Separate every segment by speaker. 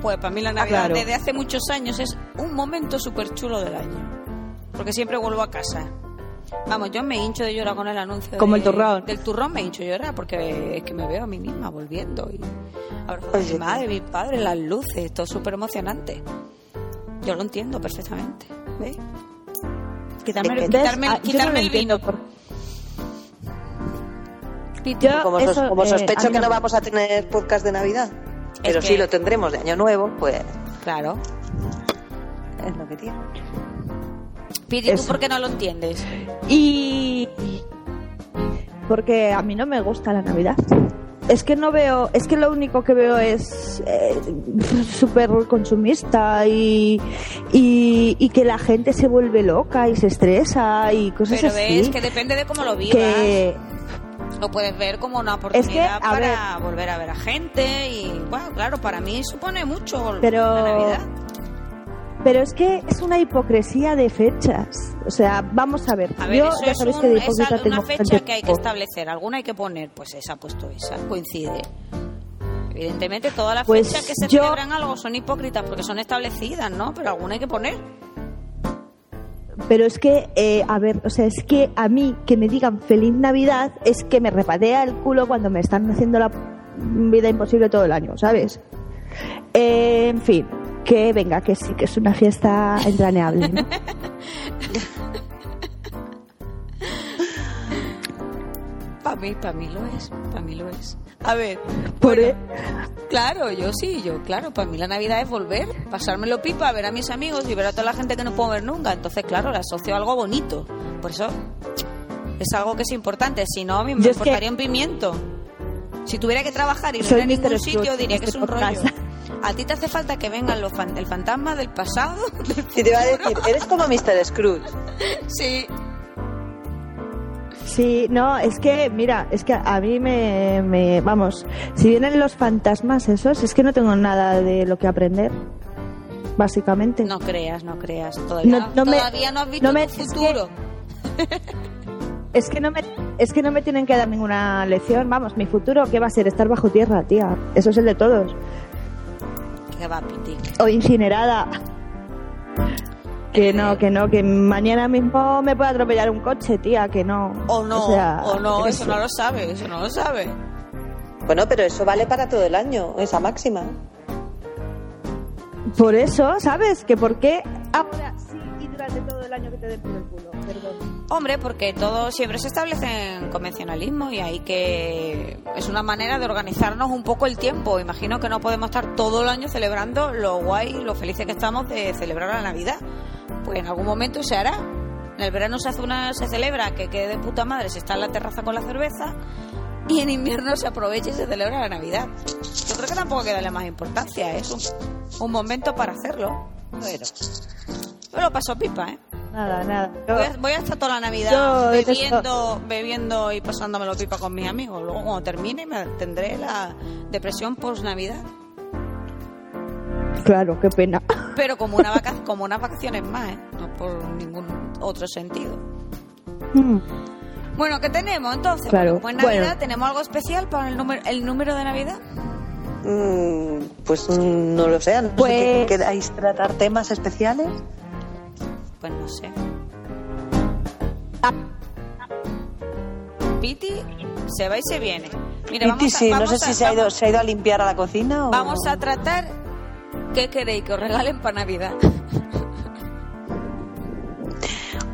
Speaker 1: Pues para mí la Navidad
Speaker 2: Ah, claro.
Speaker 1: desde hace muchos años es un momento súper chulo del año. Porque siempre vuelvo a casa. Vamos, yo me hincho de llorar con el anuncio.
Speaker 2: Como
Speaker 1: de-
Speaker 2: el turrón.
Speaker 1: Del turrón me hincho de llorar porque es que me veo a mí misma volviendo y
Speaker 2: Pues
Speaker 1: abrazando a mi
Speaker 3: Oye.
Speaker 1: madre, mi padre, las luces, todo súper emocionante. Yo lo entiendo perfectamente. ¿Ves? Quitarme,
Speaker 3: ¿Ves?
Speaker 1: quitarme-
Speaker 2: Ah, yo no
Speaker 1: quitarme
Speaker 2: lo
Speaker 1: el vino.
Speaker 2: entiendo por- Yo
Speaker 3: Como, sos-
Speaker 2: eso,
Speaker 3: como
Speaker 2: eh,
Speaker 3: sospecho
Speaker 2: a mí
Speaker 3: que no vamos a tener podcast de Navidad, pero
Speaker 1: que-
Speaker 3: sí lo tendremos de Año Nuevo, pues
Speaker 1: Claro.
Speaker 3: es lo que tiene.
Speaker 1: Piri, ¿tú
Speaker 2: Eso.
Speaker 1: por qué no lo entiendes?
Speaker 2: Y porque a mí no me gusta la Navidad. Es que no veo, es que lo único que veo es eh, súper consumista y, y, y que la gente se vuelve loca y se estresa y cosas
Speaker 1: Pero
Speaker 2: así.
Speaker 1: ves que depende de cómo lo vivas.
Speaker 2: que-
Speaker 1: Lo puedes ver como una
Speaker 2: Es que,
Speaker 1: oportunidad
Speaker 2: a
Speaker 1: para volver a ver a gente y, bueno, claro, para mí supone mucho
Speaker 2: Pero-
Speaker 1: la Navidad.
Speaker 2: pero es que es una hipocresía de fechas. O sea, vamos a ver.
Speaker 1: A ver,
Speaker 2: Yo
Speaker 1: eso
Speaker 2: ya
Speaker 1: es,
Speaker 2: sabéis
Speaker 1: un-
Speaker 2: que de
Speaker 1: es
Speaker 2: hipócrita tengo
Speaker 1: una fecha
Speaker 2: bastante
Speaker 1: que hay que
Speaker 2: poco.
Speaker 1: establecer. Alguna hay que poner, pues esa ha puesto esa, coincide. Evidentemente todas las
Speaker 2: Pues
Speaker 1: fechas que se
Speaker 2: yo-
Speaker 1: celebran algo son hipócritas porque son establecidas, ¿no? Pero alguna hay que poner.
Speaker 2: Pero es que, eh, a ver, o sea, es que a mí que me digan feliz Navidad es que me repatea el culo cuando me están haciendo la vida imposible todo el año, ¿sabes? Eh, en fin, que venga, que sí, que es una fiesta entrañable. ¿no?
Speaker 1: Para mí, para mí lo es, para mí lo es. A ver,
Speaker 2: Por
Speaker 1: bueno,
Speaker 2: e-
Speaker 1: claro, yo sí, yo, claro, para mí la Navidad es volver, pasármelo pipa, ver a mis amigos y ver a toda la gente que no puedo ver nunca. Entonces, claro, la asocio a algo bonito. Por eso es algo que es importante. Si no, a mí me
Speaker 2: Yo es que-
Speaker 1: importaría un pimiento. Si tuviera que trabajar y no
Speaker 2: Soy
Speaker 1: ir a ningún
Speaker 2: Mr.
Speaker 1: sitio,
Speaker 2: Scrooge
Speaker 1: diría
Speaker 2: en
Speaker 1: que es
Speaker 2: este
Speaker 1: un rollo.
Speaker 2: podcast.
Speaker 1: A ti te hace falta que vengan los fan- el fantasma del pasado. del
Speaker 3: Y te va a
Speaker 1: futuro.
Speaker 3: decir, eres como Mr. Scrooge.
Speaker 1: Sí.
Speaker 2: Sí, no, es que, mira, es que a mí me, me- Vamos, si vienen los fantasmas esos, es que no tengo nada de lo que aprender, básicamente.
Speaker 1: No creas, no creas. Todavía no,
Speaker 2: No- no me-
Speaker 1: todavía no has visto
Speaker 2: no me-
Speaker 1: tu
Speaker 2: es que-
Speaker 1: futuro.
Speaker 2: Es que no me es que no me tienen que dar ninguna lección, vamos, mi futuro qué va a ser estar bajo tierra, tía. Eso es el de todos.
Speaker 1: Que... va, Piti.
Speaker 2: O incinerada. Que no, que no, que mañana mismo me puede atropellar un coche, tía, que no.
Speaker 1: O no, o,
Speaker 2: sea,
Speaker 1: no,
Speaker 2: que
Speaker 1: eso no lo sabe, eso no lo sabe.
Speaker 4: Bueno, pero eso vale para todo el año, esa máxima.
Speaker 2: Por eso, ¿sabes? Que por qué ahora sí y durante todo el año que te den por el culo. Perdón.
Speaker 1: Hombre, porque todo siempre se establecen convencionalismos y hay que es una manera de organizarnos un poco el tiempo. Imagino que no podemos estar todo el año celebrando lo guay, lo felices que estamos de celebrar la Navidad. Pues en algún momento se hará. En el verano se hace una se celebra que quede de puta madre, se está en la terraza con la cerveza y en invierno se aprovecha y se celebra la Navidad. Yo creo que tampoco hay que darle más importancia, es un, un momento para hacerlo. Bueno, yo lo paso pipa, ¿eh?
Speaker 2: Nada, nada. Yo-
Speaker 1: Voy a, voy a estar toda la Navidad
Speaker 2: Yo detesto-
Speaker 1: bebiendo, bebiendo y pasándomelo pipa con mis amigos. Luego cuando termine me tendré la depresión post Navidad.
Speaker 2: Claro, qué pena.
Speaker 1: Pero como una vaca, como unas vacaciones más, ¿eh? no por ningún otro sentido.
Speaker 2: Mm.
Speaker 1: Bueno, ¿qué tenemos entonces?
Speaker 2: Claro.
Speaker 1: Bueno, pues Navidad,
Speaker 2: Bueno.
Speaker 1: ¿tenemos algo especial para el número, el número de Navidad?
Speaker 4: Mm, pues mm, no lo sé. No
Speaker 2: Pues-
Speaker 4: sé qué- ¿Queréis tratar temas especiales?
Speaker 1: Pues no sé.
Speaker 4: Ah.
Speaker 1: Piti se va y se viene. Mira,
Speaker 4: Piti,
Speaker 1: vamos a,
Speaker 4: sí, no
Speaker 1: vamos
Speaker 4: sé
Speaker 1: a-
Speaker 4: si se ha, ido, se ha ido a limpiar a la cocina o...
Speaker 1: Vamos a tratar qué queréis que os regalen para Navidad.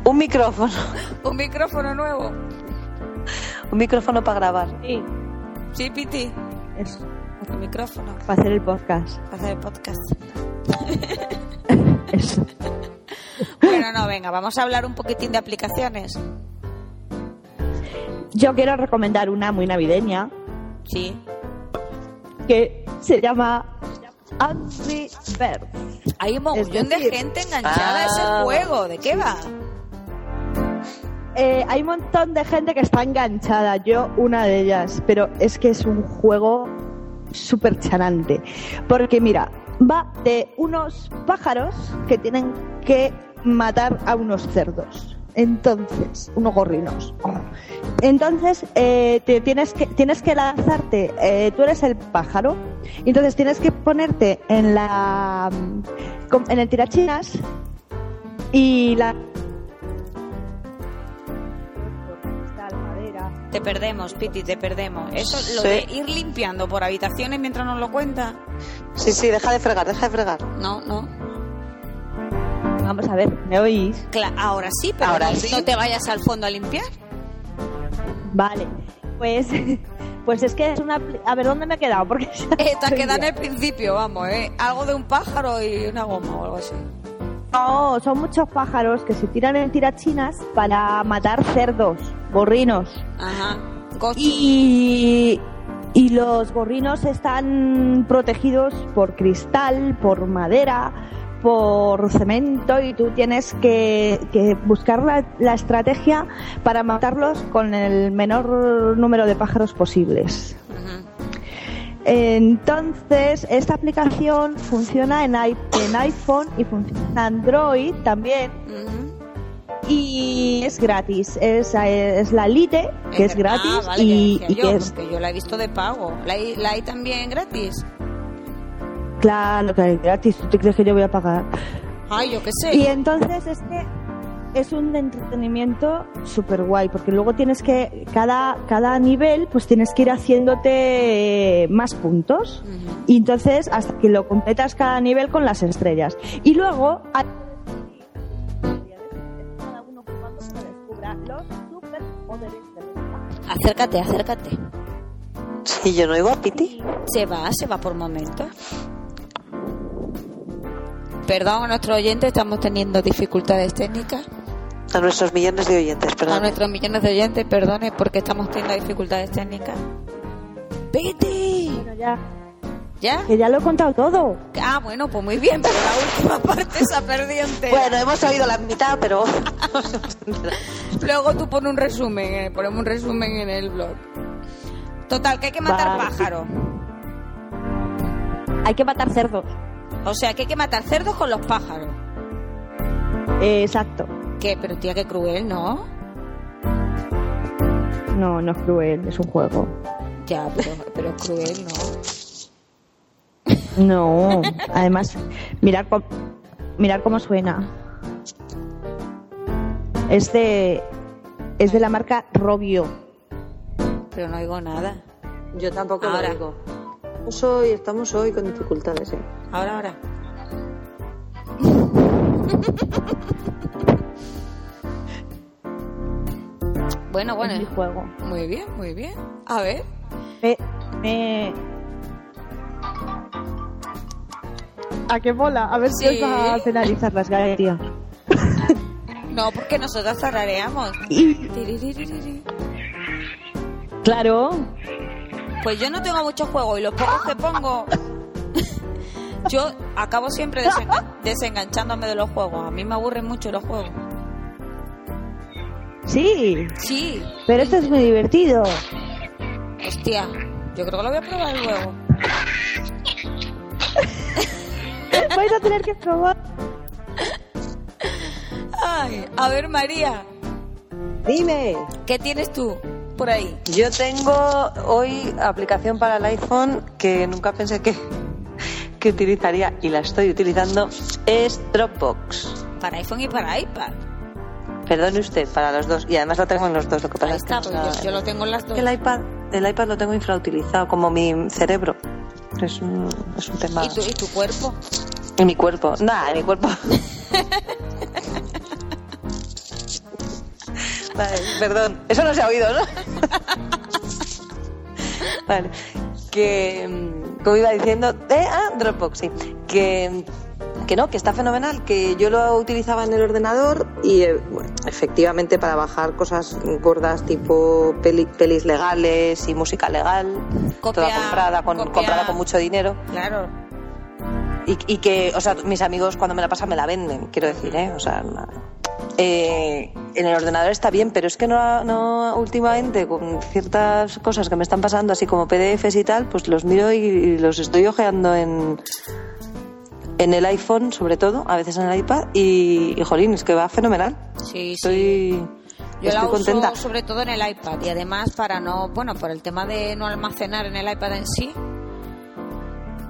Speaker 4: Un micrófono,
Speaker 1: Un micrófono nuevo.
Speaker 4: un micrófono para grabar.
Speaker 2: Sí,
Speaker 1: Sí, Piti.
Speaker 2: es
Speaker 1: Un micrófono
Speaker 2: para hacer el podcast.
Speaker 1: para hacer podcast.
Speaker 2: Eso.
Speaker 1: Bueno, no, venga, vamos a hablar un poquitín de aplicaciones.
Speaker 2: Yo quiero recomendar una muy navideña
Speaker 1: Sí.
Speaker 2: que se llama Angry Birds.
Speaker 1: Hay un montón de
Speaker 2: decir-
Speaker 1: gente enganchada a ese
Speaker 4: Ah,
Speaker 1: juego. ¿De qué va?
Speaker 2: Eh, hay un montón de gente que está enganchada, yo una de ellas, pero es que es un juego súper charante. Porque mira, va de unos pájaros que tienen que matar a unos cerdos. Entonces, unos gorrinos. Entonces, eh, te tienes, que, tienes que lanzarte, eh, tú eres el pájaro, y entonces tienes que ponerte en la mm, com- en el tirachinas y la cristal, madera,
Speaker 1: Te perdemos, Piti, te perdemos. Eso, lo
Speaker 4: Sí.
Speaker 1: de ir limpiando por habitaciones mientras nos lo cuenta.
Speaker 4: Sí, sí, deja de fregar, deja de fregar.
Speaker 1: No, no.
Speaker 2: Vamos a ver, ¿me oís?
Speaker 1: Cla- ahora sí, pero
Speaker 4: Ahora
Speaker 1: no,
Speaker 4: sí.
Speaker 1: no te vayas al fondo a limpiar.
Speaker 2: Vale. Pues, pues es que es una... apli- A ver, ¿dónde me he quedado? Porque
Speaker 1: Eh, te has
Speaker 2: Soy
Speaker 1: quedado en
Speaker 2: yo.
Speaker 1: el principio, vamos, ¿eh? Algo de un pájaro y una goma o algo así.
Speaker 2: No, son muchos pájaros que se tiran en tirachinas para matar cerdos, gorrinos.
Speaker 1: Ajá. Gochi.
Speaker 2: Y, y los gorrinos están protegidos por cristal, por madera, por cemento y tú tienes que, que buscar la, la estrategia para matarlos con el menor número de pájaros posibles.
Speaker 1: Ujú.
Speaker 2: Entonces, esta aplicación funciona en, i- en iPhone y funciona en Android también
Speaker 1: Ujú.
Speaker 2: y es gratis. Es, eh, es la Lite, que es
Speaker 1: ver- ah,
Speaker 2: gratis
Speaker 1: vale,
Speaker 2: y,
Speaker 1: que
Speaker 2: y
Speaker 1: decía yo,
Speaker 2: que es
Speaker 1: porque yo la he visto de pago. ¿La hay, la hay también gratis?
Speaker 2: Claro, que es gratis. ¿Tú te crees que yo voy a pagar?
Speaker 1: Ay, yo qué sé.
Speaker 2: Y entonces es que es un entretenimiento súper guay, porque luego tienes que, cada, cada nivel, pues tienes que ir haciéndote eh, más puntos.
Speaker 1: Ujú.
Speaker 2: Y entonces hasta que lo completas cada nivel con las estrellas. Y luego... hay- Cada uno jugando se descubra los superpoderes de los demás.
Speaker 1: Acércate, acércate.
Speaker 4: Sí, yo no oigo a Piti.
Speaker 1: Se va, se va por momentos. Perdón a nuestros oyentes, estamos teniendo dificultades técnicas.
Speaker 4: A nuestros millones de oyentes,
Speaker 1: A
Speaker 4: perdón.
Speaker 1: nuestros millones de oyentes, perdone porque estamos teniendo dificultades técnicas. ¡Vete!
Speaker 2: Bueno, ya.
Speaker 1: ¿Ya?
Speaker 2: Que ya lo he contado todo.
Speaker 1: Ah, bueno, pues muy bien, pero la última parte se ha perdido entera.
Speaker 3: Bueno, hemos oído la mitad, pero.
Speaker 1: Luego tú pon un resumen, eh, ponemos un resumen en el blog. Total, que hay que matar
Speaker 2: Vale.
Speaker 1: pájaros.
Speaker 2: Hay que matar cerdos.
Speaker 1: O sea, que hay que matar cerdos con los pájaros.
Speaker 2: Eh, exacto.
Speaker 1: ¿Qué? Pero tía, qué cruel, ¿no?
Speaker 2: No, no es cruel, es un juego.
Speaker 1: Ya, pero, pero es cruel, ¿no?
Speaker 2: No, además, mirar cómo, mirar cómo suena. Es de, es de la marca Robio.
Speaker 1: Pero no oigo nada.
Speaker 3: Yo tampoco
Speaker 1: Ahora.
Speaker 3: lo digo. Estamos hoy, estamos hoy con dificultades, ¿eh?
Speaker 1: Ahora, ahora. bueno,
Speaker 2: Es mi
Speaker 1: bueno.
Speaker 2: juego.
Speaker 1: Muy bien, muy bien. A ver.
Speaker 2: Me- me- ¿A qué mola? A ver
Speaker 1: Sí.
Speaker 2: si os va a penalizar las galletas.
Speaker 1: No, porque nosotras tarareamos.
Speaker 2: Y-
Speaker 1: Tiriririri.
Speaker 2: Claro.
Speaker 1: Pues yo no tengo muchos juegos y los pocos que pongo. yo acabo siempre desenga- desenganchándome de los juegos. A mí me aburren mucho los juegos.
Speaker 2: Sí,
Speaker 1: Sí,
Speaker 2: pero esto es muy divertido.
Speaker 1: hostia. Yo creo que lo voy a probar luego.
Speaker 2: Vais a tener que probar.
Speaker 1: Ay, a ver, María,
Speaker 3: Dime.
Speaker 1: ¿qué tienes tú por ahí?
Speaker 3: Yo tengo hoy aplicación para el iPhone que nunca pensé que, que utilizaría y la estoy utilizando. Es Dropbox.
Speaker 1: Para iPhone y para iPad.
Speaker 3: Perdone usted, para los dos. Y además la tengo en los dos, lo que pasa
Speaker 1: Ahí
Speaker 3: es que
Speaker 1: está,
Speaker 3: no
Speaker 1: pues
Speaker 3: está-
Speaker 1: yo, yo lo tengo en las dos.
Speaker 3: el iPad, el iPad lo tengo infrautilizado, como mi cerebro. Es un, es un tema.
Speaker 1: ¿Y tu, y tu cuerpo?
Speaker 3: Y mi cuerpo. Nada, mi cuerpo. Vale, perdón, eso no se ha oído, ¿no? Vale, que, mm, como iba diciendo, eh, ah, Dropbox, sí, que, mm, que no, que está fenomenal, que yo lo utilizaba en el ordenador y eh, bueno, efectivamente para bajar cosas gordas tipo peli- pelis legales y música legal,
Speaker 1: Copia-
Speaker 3: toda comprada con,
Speaker 1: copia-
Speaker 3: comprada con mucho dinero.
Speaker 1: Claro.
Speaker 3: Y, y que, o sea, mis amigos cuando me la pasan me la venden, quiero decir, ¿eh? O sea, no- eh, en el ordenador está bien, pero es que no, no últimamente con ciertas cosas que me están pasando, así como PDFs y tal, pues los miro y, y los estoy ojeando en, en el iPhone, sobre todo, a veces en el iPad, y, y, jolín, es que va fenomenal.
Speaker 1: Sí, sí.
Speaker 3: Estoy,
Speaker 1: Yo
Speaker 3: estoy
Speaker 1: la uso
Speaker 3: contenta.
Speaker 1: sobre todo en el iPad y además para no, bueno, por el tema de no almacenar en el iPad en sí,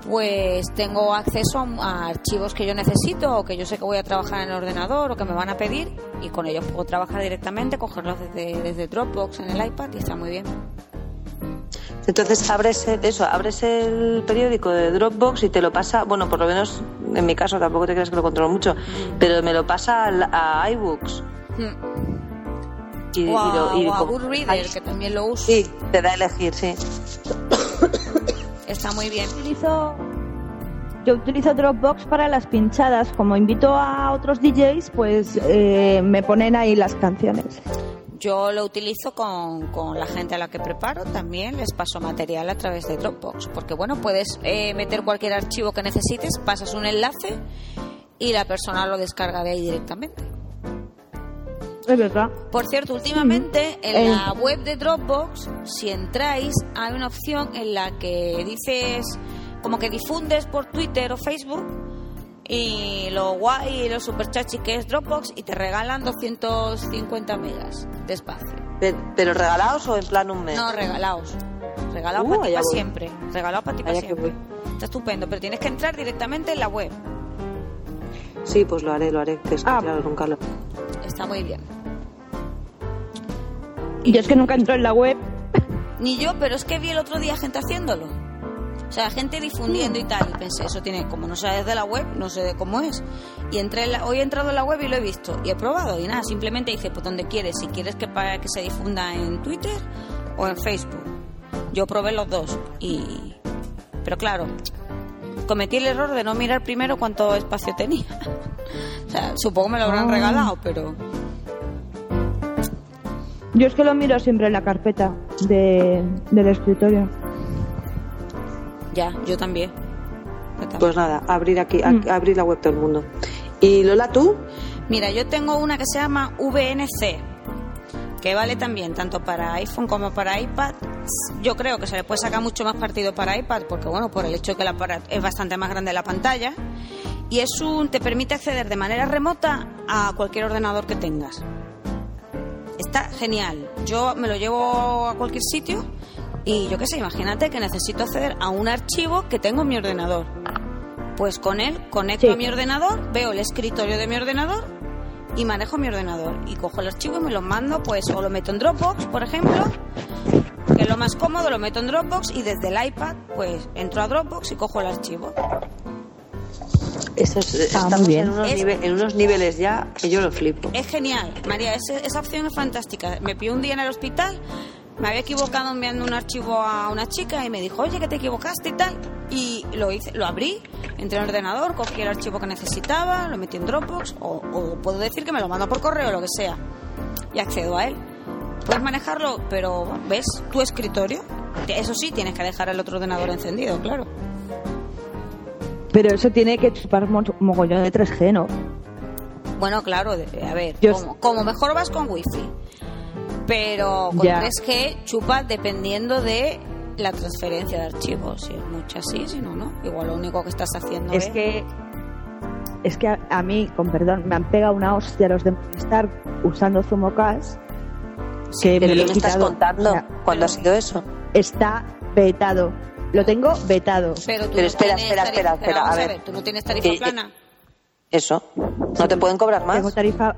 Speaker 1: pues tengo acceso a, a archivos que yo necesito o que yo sé que voy a trabajar en el ordenador o que me van a pedir y con ellos puedo trabajar directamente, cogerlos desde, desde Dropbox en el iPad y está muy bien.
Speaker 3: Entonces abres el- eso, abres el periódico de Dropbox y te lo pasa, bueno, por lo menos en mi caso tampoco te creas que lo controlo mucho, pero me lo pasa al- a iBooks.
Speaker 1: Mm.
Speaker 3: Y,
Speaker 1: O a,
Speaker 3: y lo- y
Speaker 1: o a
Speaker 3: como-
Speaker 1: Goodreader,
Speaker 3: Ay,
Speaker 1: que también lo uso.
Speaker 3: Sí, te da a elegir, sí.
Speaker 1: Está muy bien.
Speaker 2: utilizo yo utilizo Dropbox para las pinchadas. Como invito a otros DJs, pues eh, me ponen ahí las canciones.
Speaker 1: Yo lo utilizo con, con la gente a la que preparo, también les paso material a través de Dropbox, porque bueno, puedes eh, meter cualquier archivo que necesites, pasas un enlace y la persona lo descarga de ahí directamente.
Speaker 2: Es verdad.
Speaker 1: Por cierto, últimamente en
Speaker 2: Eh.
Speaker 1: la web de Dropbox, si entráis, hay una opción en la que dices, como que difundes por Twitter o Facebook y lo guay y lo super chachi que es Dropbox y te regalan 250 megas de espacio.
Speaker 3: Pe- ¿Pero regalados o en plan un mes?
Speaker 1: No, regalaos. Regalado
Speaker 3: Uh,
Speaker 1: para ti
Speaker 3: allá
Speaker 1: para
Speaker 3: voy.
Speaker 1: siempre. Regalado para ti para
Speaker 3: Allá que
Speaker 1: siempre. Está estupendo, pero tienes que entrar directamente en la web.
Speaker 3: Sí, pues lo haré, lo haré, que es que,
Speaker 2: Ah.
Speaker 3: claro, nunca lo...
Speaker 1: Está muy bien.
Speaker 2: Y yo es que nunca entro en la web.
Speaker 1: Ni yo, pero es que vi el otro día gente haciéndolo. O sea, gente difundiendo y tal. Y pensé, eso tiene, como no sabes de la web, no sé de cómo es. Y entré en la- hoy he entrado en la web y lo he visto. Y he probado. Y nada, simplemente dije, pues donde quieres. Si quieres que, pa- que se difunda en Twitter o en Facebook. Yo probé los dos. Y... Pero claro, cometí el error de no mirar primero cuánto espacio tenía. o sea, supongo me lo habrán
Speaker 2: Ah.
Speaker 1: regalado, pero...
Speaker 2: Yo es que lo miro siempre en la carpeta de, del escritorio.
Speaker 1: Ya, yo también.
Speaker 3: Pues nada, abrir aquí,
Speaker 2: Mm.
Speaker 3: a- abrir la web todo el mundo. Y Lola, tú,
Speaker 1: Mira, yo tengo una que se llama VNC, que vale también tanto para iPhone como para iPad. Yo creo que se le puede sacar mucho más partido para iPad, porque bueno, por el hecho de que el aparato es bastante más grande la pantalla. Y es un, te permite acceder de manera remota a cualquier ordenador que tengas. Está genial. Yo me lo llevo a cualquier sitio y yo qué sé, imagínate que necesito acceder a un archivo que tengo en mi ordenador. Pues con él conecto
Speaker 2: Sí.
Speaker 1: a mi ordenador, veo el escritorio de mi ordenador y manejo mi ordenador. Y cojo el archivo y me lo mando, pues o lo meto en Dropbox, por ejemplo, que es lo más cómodo, lo meto en Dropbox y desde el iPad, pues entro a Dropbox y cojo el archivo.
Speaker 3: eso es- estamos
Speaker 2: muy bien.
Speaker 3: En, unos
Speaker 1: Es-
Speaker 3: nive- en unos niveles ya que yo lo flipo.
Speaker 1: Es genial, María, es- esa opción es fantástica. Me pilló un día en el hospital, me había equivocado enviando un archivo a una chica y me dijo, oye, que te equivocaste y tal. Y lo hice, lo abrí, entré en el ordenador, cogí el archivo que necesitaba, lo metí en Dropbox, o, o puedo decir que me lo manda por correo o lo que sea, y accedo a él. Puedes manejarlo, pero ¿ves tu escritorio? Eso sí, tienes que dejar el otro ordenador encendido, claro.
Speaker 2: Pero eso tiene que chupar mo- mogollón de 3G, ¿no?
Speaker 1: Bueno, claro, de- a ver,
Speaker 2: Yo-
Speaker 1: como, como mejor vas con wifi. Pero con
Speaker 2: Ya.
Speaker 1: 3G chupa dependiendo de la transferencia de archivos. Si es mucha, sí, si no, no. Igual lo único que estás haciendo
Speaker 2: es que es que a, a mí, con perdón, me han pegado una hostia los de estar usando Zumocas. que
Speaker 3: Pero
Speaker 2: Eh, me lo
Speaker 3: ¿qué
Speaker 2: he
Speaker 3: me estás
Speaker 2: quitado.
Speaker 3: contando?
Speaker 2: O sea,
Speaker 3: ¿Cuándo ha sido eso?
Speaker 2: está vetado. Lo tengo vetado.
Speaker 1: Pero, tú
Speaker 3: Pero
Speaker 1: no
Speaker 3: espera,
Speaker 1: tienes
Speaker 3: espera,
Speaker 1: tarifa-
Speaker 3: espera,
Speaker 1: pero
Speaker 3: espera, a
Speaker 1: vamos
Speaker 3: ver.
Speaker 1: Tú no tienes tarifa
Speaker 3: Eh, eh,
Speaker 1: plana.
Speaker 3: Eso. ¿No te pueden cobrar más?
Speaker 2: Tengo tarifa.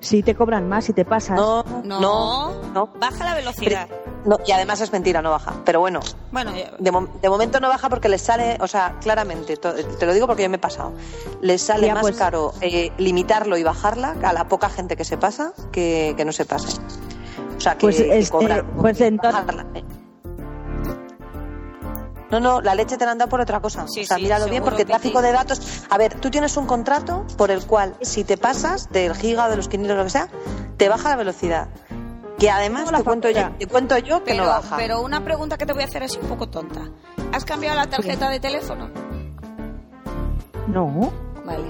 Speaker 2: Si te cobran más, si te pasas.
Speaker 3: No,
Speaker 1: No,
Speaker 3: no, no.
Speaker 1: Baja la velocidad.
Speaker 3: Pero- eh, no, Y además es mentira, no baja. Pero bueno,
Speaker 1: bueno, ya-
Speaker 3: de, mom- de momento no baja porque les sale, o sea, claramente, to- te lo digo porque yo me he pasado, les sale
Speaker 2: Ya,
Speaker 3: más
Speaker 2: pues-
Speaker 3: caro eh, limitarlo y bajarla a la poca gente que se pasa que, que no se pase. O sea, que,
Speaker 2: Pues,
Speaker 3: que
Speaker 2: este,
Speaker 3: cobrar-
Speaker 2: pues, entonces-
Speaker 3: bajarla. eh. No, no, la leche te la han dado por otra cosa.
Speaker 1: Sí,
Speaker 3: o sea,
Speaker 1: sí,
Speaker 3: míralo bien
Speaker 1: seguro
Speaker 3: porque
Speaker 1: que
Speaker 3: tráfico
Speaker 1: sí.
Speaker 3: de datos. A ver, tú tienes un contrato por el cual, si te pasas del giga o de los 500 o lo que sea, te baja la velocidad. Que además
Speaker 2: Como la
Speaker 3: te cuento, yo,
Speaker 2: factura.
Speaker 3: te cuento yo que
Speaker 1: pero,
Speaker 3: no baja.
Speaker 1: pero una pregunta que te voy a hacer es un poco tonta. ¿Has cambiado la tarjeta de teléfono?
Speaker 2: No.
Speaker 1: Vale.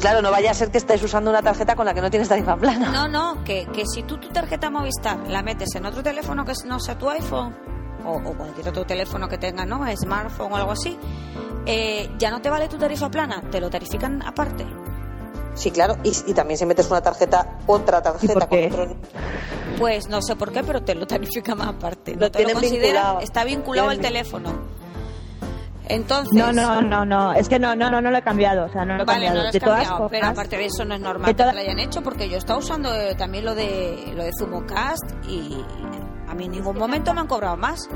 Speaker 3: Claro, no vaya a ser que estés usando una tarjeta con la que no tienes tarifa plana.
Speaker 1: No, no, que, que si tú tu tarjeta Movistar la metes en otro teléfono que no sea tu iPhone o, o cualquier otro teléfono que tenga, ¿no? Smartphone o algo así, eh, ya no te vale tu tarifa plana, te lo tarifican aparte.
Speaker 3: Sí, claro, y, y también si metes una tarjeta, otra tarjeta
Speaker 2: por
Speaker 3: con
Speaker 2: qué?
Speaker 3: otro.
Speaker 1: Pues no sé por qué, pero te lo tarifican más aparte. No
Speaker 3: Lo
Speaker 1: te lo
Speaker 3: tienen
Speaker 1: consideran,
Speaker 3: vinculado.
Speaker 1: está vinculado al
Speaker 3: Tienen
Speaker 1: teléfono. Entonces,
Speaker 2: No, no, no, no. Es que no, no, no, no lo he cambiado. O sea, no lo he
Speaker 1: Vale,
Speaker 2: cambiado.
Speaker 1: no lo has
Speaker 2: de todas
Speaker 1: cambiado, pero
Speaker 2: formas-
Speaker 1: aparte de eso no es normal
Speaker 2: de
Speaker 1: que te
Speaker 2: todas-
Speaker 1: lo hayan hecho porque yo estaba usando eh, también lo de lo de Zumocast y a mí en ningún momento me han cobrado más.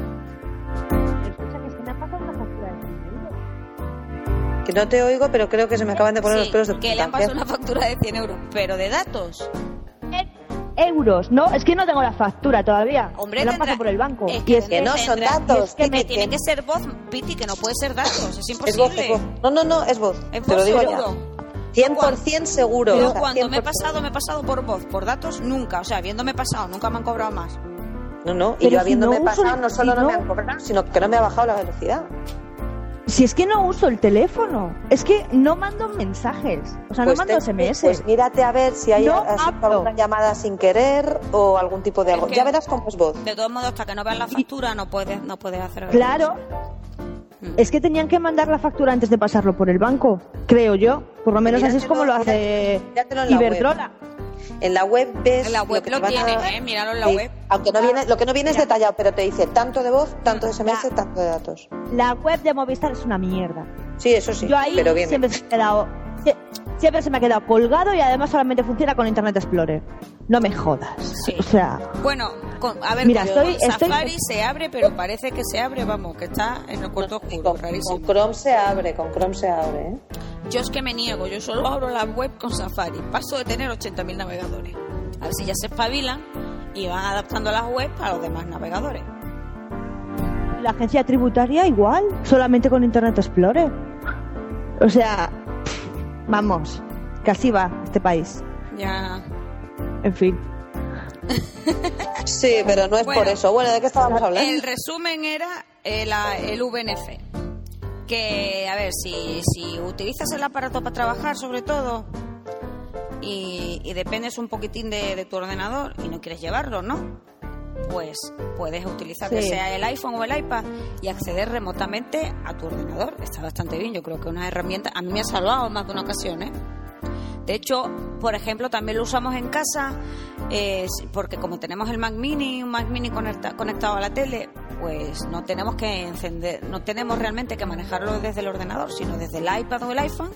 Speaker 3: Que no te oigo, pero creo que se me acaban de poner los
Speaker 1: Sí,
Speaker 3: pelos de ¿eh?
Speaker 1: que le han pasado una factura de 100 euros, pero de datos.
Speaker 2: euros, ¿no? Es que no tengo la factura todavía.
Speaker 1: Hombre,
Speaker 2: Me la han
Speaker 1: tendrá-
Speaker 2: pasado por el banco.
Speaker 1: es
Speaker 2: y es
Speaker 3: que no son datos,
Speaker 1: es que
Speaker 3: que-
Speaker 1: me
Speaker 3: que-
Speaker 1: tiene
Speaker 3: que-
Speaker 1: que ser voz, Piti, que no puede ser datos, es
Speaker 3: Es voz, es
Speaker 1: imposible.
Speaker 3: voz. No, no, no, es voz.
Speaker 1: Es
Speaker 3: te lo
Speaker 1: voz
Speaker 3: digo
Speaker 1: seguro.
Speaker 3: ya. 100% seguro.
Speaker 1: Yo
Speaker 3: o sea,
Speaker 1: cuando me he
Speaker 3: 100%.
Speaker 1: pasado, me he pasado por voz, por datos nunca, o sea, habiéndome pasado, nunca me han cobrado más.
Speaker 3: No, no, y
Speaker 2: Pero si
Speaker 3: yo habiéndome
Speaker 2: no uso
Speaker 3: pasado,
Speaker 2: el-
Speaker 3: no solo
Speaker 2: si
Speaker 3: no me
Speaker 2: no-
Speaker 3: han cobrado, sino que no me ha bajado la velocidad.
Speaker 2: Si es que no uso el teléfono, es que no mando mensajes, o sea,
Speaker 3: Pues
Speaker 2: no mando
Speaker 3: te-
Speaker 2: SMS.
Speaker 3: Pues mírate a ver si hay
Speaker 2: No
Speaker 3: has hecho
Speaker 2: hablo.
Speaker 3: alguna llamada sin querer o algún tipo de algo.
Speaker 1: que-
Speaker 3: Ya verás cómo es voz.
Speaker 1: De todos modos, hasta que no veas la factura no puedes no puedes hacer
Speaker 2: claro,
Speaker 3: Mm.
Speaker 2: es que tenían que mandar la factura antes de pasarlo por el banco, creo yo. Por lo menos así es
Speaker 3: Míratelo,
Speaker 2: como lo hace
Speaker 3: míratelo en la
Speaker 2: Iberdrola.
Speaker 3: En la web ves.
Speaker 1: En la web
Speaker 3: que
Speaker 1: lo
Speaker 3: te van
Speaker 1: tienen, ¿eh? Míralo en la web.
Speaker 3: Aunque no viene, lo que no viene es detallado, pero te dice tanto de voz, tanto
Speaker 1: Mm,
Speaker 3: de SMS,
Speaker 2: Ya.
Speaker 3: tanto de datos.
Speaker 2: La web de Movistar es una mierda.
Speaker 3: Sí, eso sí.
Speaker 2: yo ahí
Speaker 3: pero viene.
Speaker 2: siempre se me ha quedado sie- siempre se me ha quedado colgado y además solamente funciona con Internet Explorer. No me jodas.
Speaker 1: Sí.
Speaker 2: O sea,
Speaker 1: Bueno, con- a ver,
Speaker 2: Mira,
Speaker 1: con
Speaker 2: estoy- estoy-
Speaker 1: Safari se abre, pero parece que se abre, vamos, que está en el cuarto
Speaker 3: Y
Speaker 1: oscuro,
Speaker 3: con,
Speaker 1: pues rarísimo.
Speaker 3: con Chrome se abre, con Chrome se abre. ¿eh?
Speaker 1: Yo es que me niego, yo solo abro la web con Safari. Paso de tener 80.000 navegadores. A ver si ya se espabilan y van adaptando las webs a los demás navegadores.
Speaker 2: La agencia tributaria igual, solamente con Internet Explorer. O sea, vamos, casi va este país.
Speaker 1: Ya.
Speaker 2: En fin.
Speaker 3: Sí, pero no es
Speaker 1: Bueno.
Speaker 3: por eso. Bueno, ¿de qué estábamos hablando?
Speaker 1: El resumen era el, el VNC, Porque, a ver, si, si utilizas el aparato para trabajar, sobre todo, y, y dependes un poquitín de, de tu ordenador y no quieres llevarlo, ¿no? Pues puedes utilizar que
Speaker 2: Sí.
Speaker 1: sea el iPhone o el iPad y acceder remotamente a tu ordenador. Está bastante bien, yo creo que es una herramienta. A mí me ha salvado en más de una ocasión, ¿eh? De hecho, por ejemplo, también lo usamos en casa eh, porque como tenemos el Mac Mini, un Mac Mini conecta- conectado a la tele, pues no tenemos que encender, no tenemos realmente que manejarlo desde el ordenador, sino desde el iPad o el iPhone.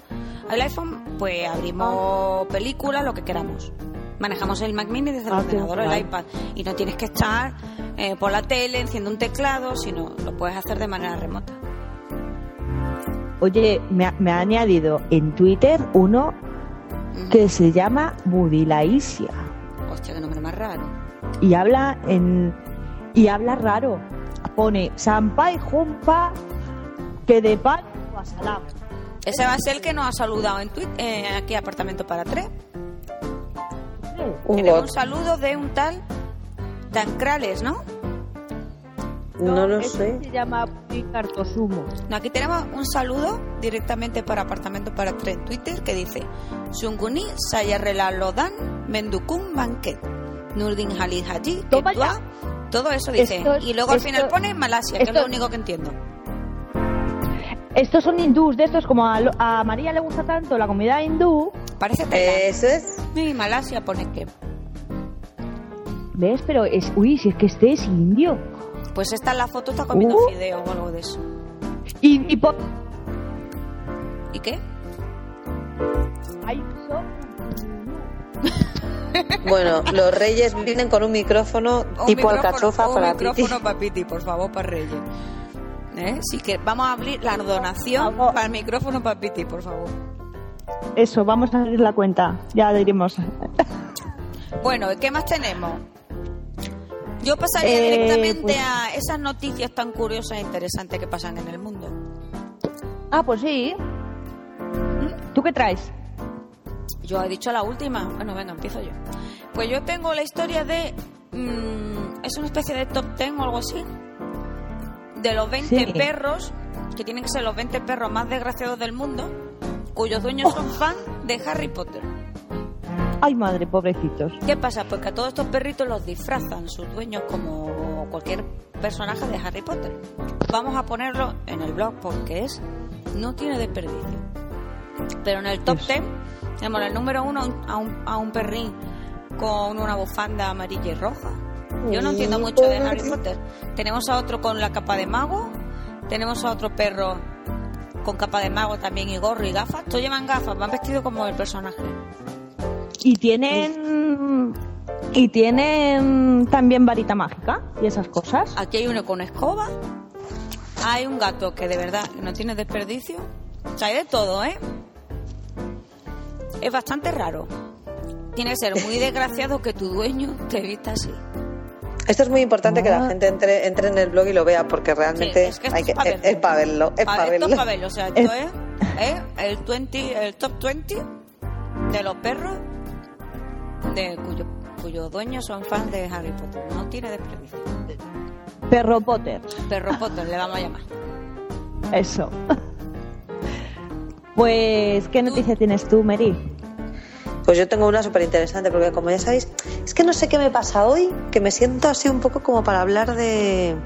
Speaker 1: El iPhone, pues abrimos películas, lo que queramos. Manejamos el Mac Mini desde el
Speaker 2: Ah, qué
Speaker 1: ordenador o el
Speaker 2: guay.
Speaker 1: iPad y no tienes que estar eh, por la tele, enciendo un teclado, sino lo puedes hacer de manera remota.
Speaker 2: Oye, me ha, me ha añadido en Twitter uno que se llama Budilaisia
Speaker 1: Mm. Hostia, qué nombre más raro.
Speaker 2: y habla en y habla raro. Pone Sampai Jumpa que de pan a salado.
Speaker 1: Ese va a ser el que nos ha saludado en Twitter, aquí Apartamento para Tres.
Speaker 3: Un
Speaker 1: Tenemos
Speaker 3: bot.
Speaker 1: un saludo de un tal Dan Crales, ¿no?
Speaker 3: No lo
Speaker 2: ese
Speaker 3: sé.
Speaker 2: Se llama Cartosumo.
Speaker 1: No, aquí tenemos un saludo directamente para Apartamento para Tres en Twitter que dice Sunguni Sayarrela Lodan Mendukun Banquet Nurdin Halid Haji
Speaker 2: Toma
Speaker 1: Etua". todo eso dice.
Speaker 2: Esto-
Speaker 1: y luego al
Speaker 2: esto-
Speaker 1: final pone Malasia, que es
Speaker 2: esto-
Speaker 1: lo único que entiendo.
Speaker 2: Estos son hindús, de estos como a, lo- a María le gusta tanto la comida hindú.
Speaker 1: Parece
Speaker 2: Eh,
Speaker 1: Tailandia.
Speaker 3: Eso es.
Speaker 1: Y Malasia pone que.
Speaker 2: ¿Ves? Pero es, uy, si es que este es indio.
Speaker 1: Pues esta en la foto está comiendo
Speaker 2: Uh.
Speaker 1: fideos o algo de eso.
Speaker 2: Y, y por...
Speaker 1: ¿Y qué?
Speaker 2: Ay, son-
Speaker 3: Bueno, los reyes vienen con un micrófono
Speaker 1: Un
Speaker 3: tipo
Speaker 1: Oh, micrófono-
Speaker 3: alcachofa
Speaker 1: un
Speaker 3: para Titi.
Speaker 1: micrófono para Piti, por favor, para Reyes. ¿Eh? Sí que vamos a abrir la donación
Speaker 2: Vamos.
Speaker 1: para el micrófono para Piti, por favor.
Speaker 2: Eso, vamos a abrir la cuenta. Ya diremos.
Speaker 1: Bueno, ¿qué más tenemos? Yo pasaría
Speaker 2: Eh,
Speaker 1: directamente
Speaker 2: pues-
Speaker 1: a esas noticias tan curiosas e interesantes que pasan en el mundo.
Speaker 2: Ah, pues sí. ¿Mm? ¿Tú qué traes?
Speaker 1: Yo he dicho la última. Bueno, venga, empiezo yo. Pues yo tengo la historia de... mm, es una especie de top ten o algo así. De los 20
Speaker 2: Sí.
Speaker 1: perros, que tienen que ser los 20 perros más desgraciados del mundo, cuyos dueños
Speaker 2: Oh.
Speaker 1: son fan de Harry Potter.
Speaker 2: Ay, madre, pobrecitos.
Speaker 1: ¿Qué pasa? Porque a todos estos perritos los disfrazan sus dueños como cualquier personaje de Harry Potter. Vamos a ponerlo en el blog porque es no tiene desperdicio. Pero en el top 10 tenemos el número uno a un, a un perrín con una bufanda amarilla y roja. Yo no entiendo mucho de Harry Potter. Tenemos a otro con la capa de mago. Tenemos a otro perro con capa de mago también y gorro y gafas. Todos llevan gafas, van vestidos como el personaje.
Speaker 2: Y tienen. Y tienen también varita mágica y esas cosas.
Speaker 1: Aquí hay uno con escoba. Hay un gato que de verdad no tiene desperdicio. O sea, hay de todo, ¿eh? Es bastante raro. Tiene que ser muy desgraciado que tu dueño te vista así.
Speaker 3: Esto es muy importante que
Speaker 2: Ah.
Speaker 3: la gente entre, entre en el blog y lo vea porque realmente
Speaker 1: Sí, es que esto
Speaker 3: hay
Speaker 1: es
Speaker 3: que,
Speaker 1: pa'
Speaker 3: es,
Speaker 1: verlo.
Speaker 3: es para verlo. Es
Speaker 1: Pa-
Speaker 3: para
Speaker 1: esto es
Speaker 3: verlo.
Speaker 1: pa' verlo, O sea, esto es, es ¿eh? el, 20, el top 20 de los perros de cuyo, cuyos dueños son fans de Harry Potter. No tiene desperdicio.
Speaker 2: Perro Potter.
Speaker 1: Perro Potter, le vamos a llamar.
Speaker 2: Eso. Pues, ¿qué noticia tienes tú, Mary?
Speaker 3: Pues yo tengo una súper interesante porque como ya sabéis, es que no sé qué me pasa hoy, que me siento así un poco como para hablar de,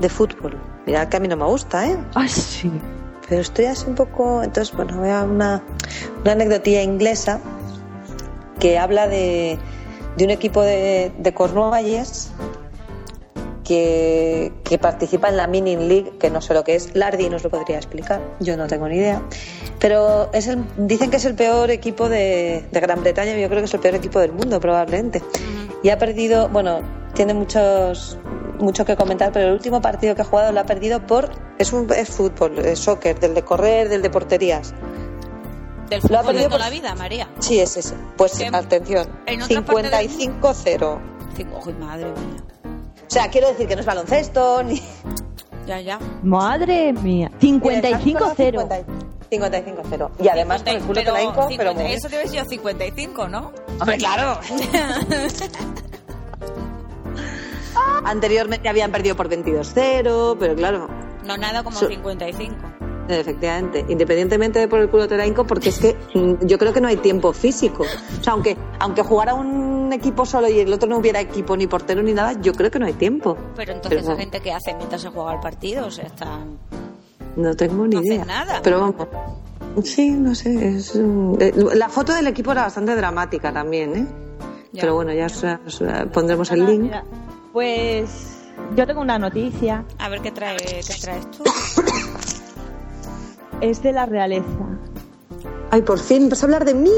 Speaker 3: de fútbol. Mirad que a mí no me gusta, ¿eh?
Speaker 2: Ah, sí.
Speaker 3: pero estoy así un poco. Entonces, bueno, voy a una, una anecdotilla inglesa que habla de, de un equipo de, de Cornualles que, que participa en la Mini League, que no sé lo que es. Lardi nos lo podría explicar, yo no tengo ni idea. Pero es el- dicen que es el peor equipo de, de Gran Bretaña, yo creo que es el peor equipo del mundo, probablemente. Y ha perdido, bueno, tiene muchos mucho que comentar, pero el último partido que ha jugado lo ha perdido por. Es, un, es fútbol, es soccer, del de correr, del de porterías.
Speaker 1: Del
Speaker 3: Lo ha
Speaker 1: fútbol de
Speaker 3: perdido
Speaker 1: toda
Speaker 3: por-
Speaker 1: la vida, María.
Speaker 3: Sí, es ese. Pues
Speaker 1: Que-
Speaker 3: atención,
Speaker 1: en otra parte del-
Speaker 3: 55-0.
Speaker 1: Digo, "Uy, madre mía.
Speaker 3: O sea, quiero decir que no es baloncesto ni.
Speaker 1: Ya, ya.
Speaker 2: Madre mía. 55-0.
Speaker 3: 55-0. Y además con el culo te la hinco, pero muy bien.
Speaker 1: Eso debe ser 55, ¿no?
Speaker 3: Hombre, claro. Anteriormente habían perdido por 22-0, pero claro,
Speaker 1: No nada como
Speaker 3: Su-
Speaker 1: 55.
Speaker 3: Efectivamente, independientemente de por el culo te la hinco, porque es que mm, yo creo que no hay tiempo físico. O sea, aunque, aunque jugara un equipo solo y el otro no hubiera equipo ni portero ni nada, yo creo que no hay tiempo.
Speaker 1: Pero entonces,
Speaker 3: Pero-
Speaker 1: ¿la gente qué hace mientras se juega el partido? O sea, están...
Speaker 3: No tengo ni
Speaker 1: No hacen
Speaker 3: idea.
Speaker 1: nada.
Speaker 3: Pero vamos. Sí, no sé. es, mm, eh, la foto del equipo era bastante dramática también, ¿eh?
Speaker 1: Ya.
Speaker 3: Pero bueno, ya os- os, eh, pondremos el link.
Speaker 2: Ah, Mira, Pues yo tengo una noticia.
Speaker 1: A ver qué, trae, qué traes tú.
Speaker 2: Es de la realeza.
Speaker 3: Ay, por fin, vas a hablar de mí.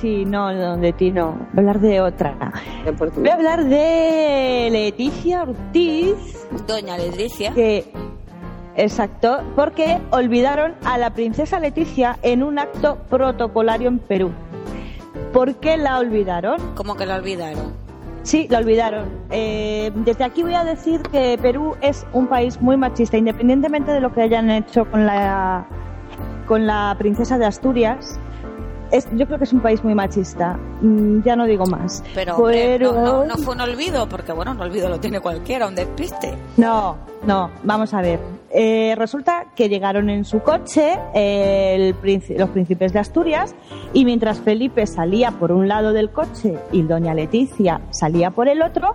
Speaker 2: Sí, no, no, de ti no. Voy a hablar de otra.
Speaker 3: Eh, por-
Speaker 2: Voy a hablar de Leticia Ortiz,
Speaker 1: Doña Leticia.
Speaker 2: que... Exacto, porque olvidaron a la princesa Leticia en un acto protocolario en Perú. ¿Por qué la olvidaron?
Speaker 1: Como que la olvidaron.
Speaker 2: Sí, lo olvidaron. Eh, desde aquí voy a decir que Perú es un país muy machista, independientemente de lo que hayan hecho con la con la princesa de Asturias. Es, yo creo que es un país muy machista. Mm, ya no digo más.
Speaker 1: Pero, hombre,
Speaker 2: Pero-
Speaker 1: no, no- no fue un olvido, porque bueno, un olvido lo tiene cualquiera, un despiste.
Speaker 2: No, no, vamos a ver. Eh, resulta que llegaron en su coche eh, el prínci- los príncipes de Asturias y mientras Felipe salía por un lado del coche y doña Leticia salía por el otro,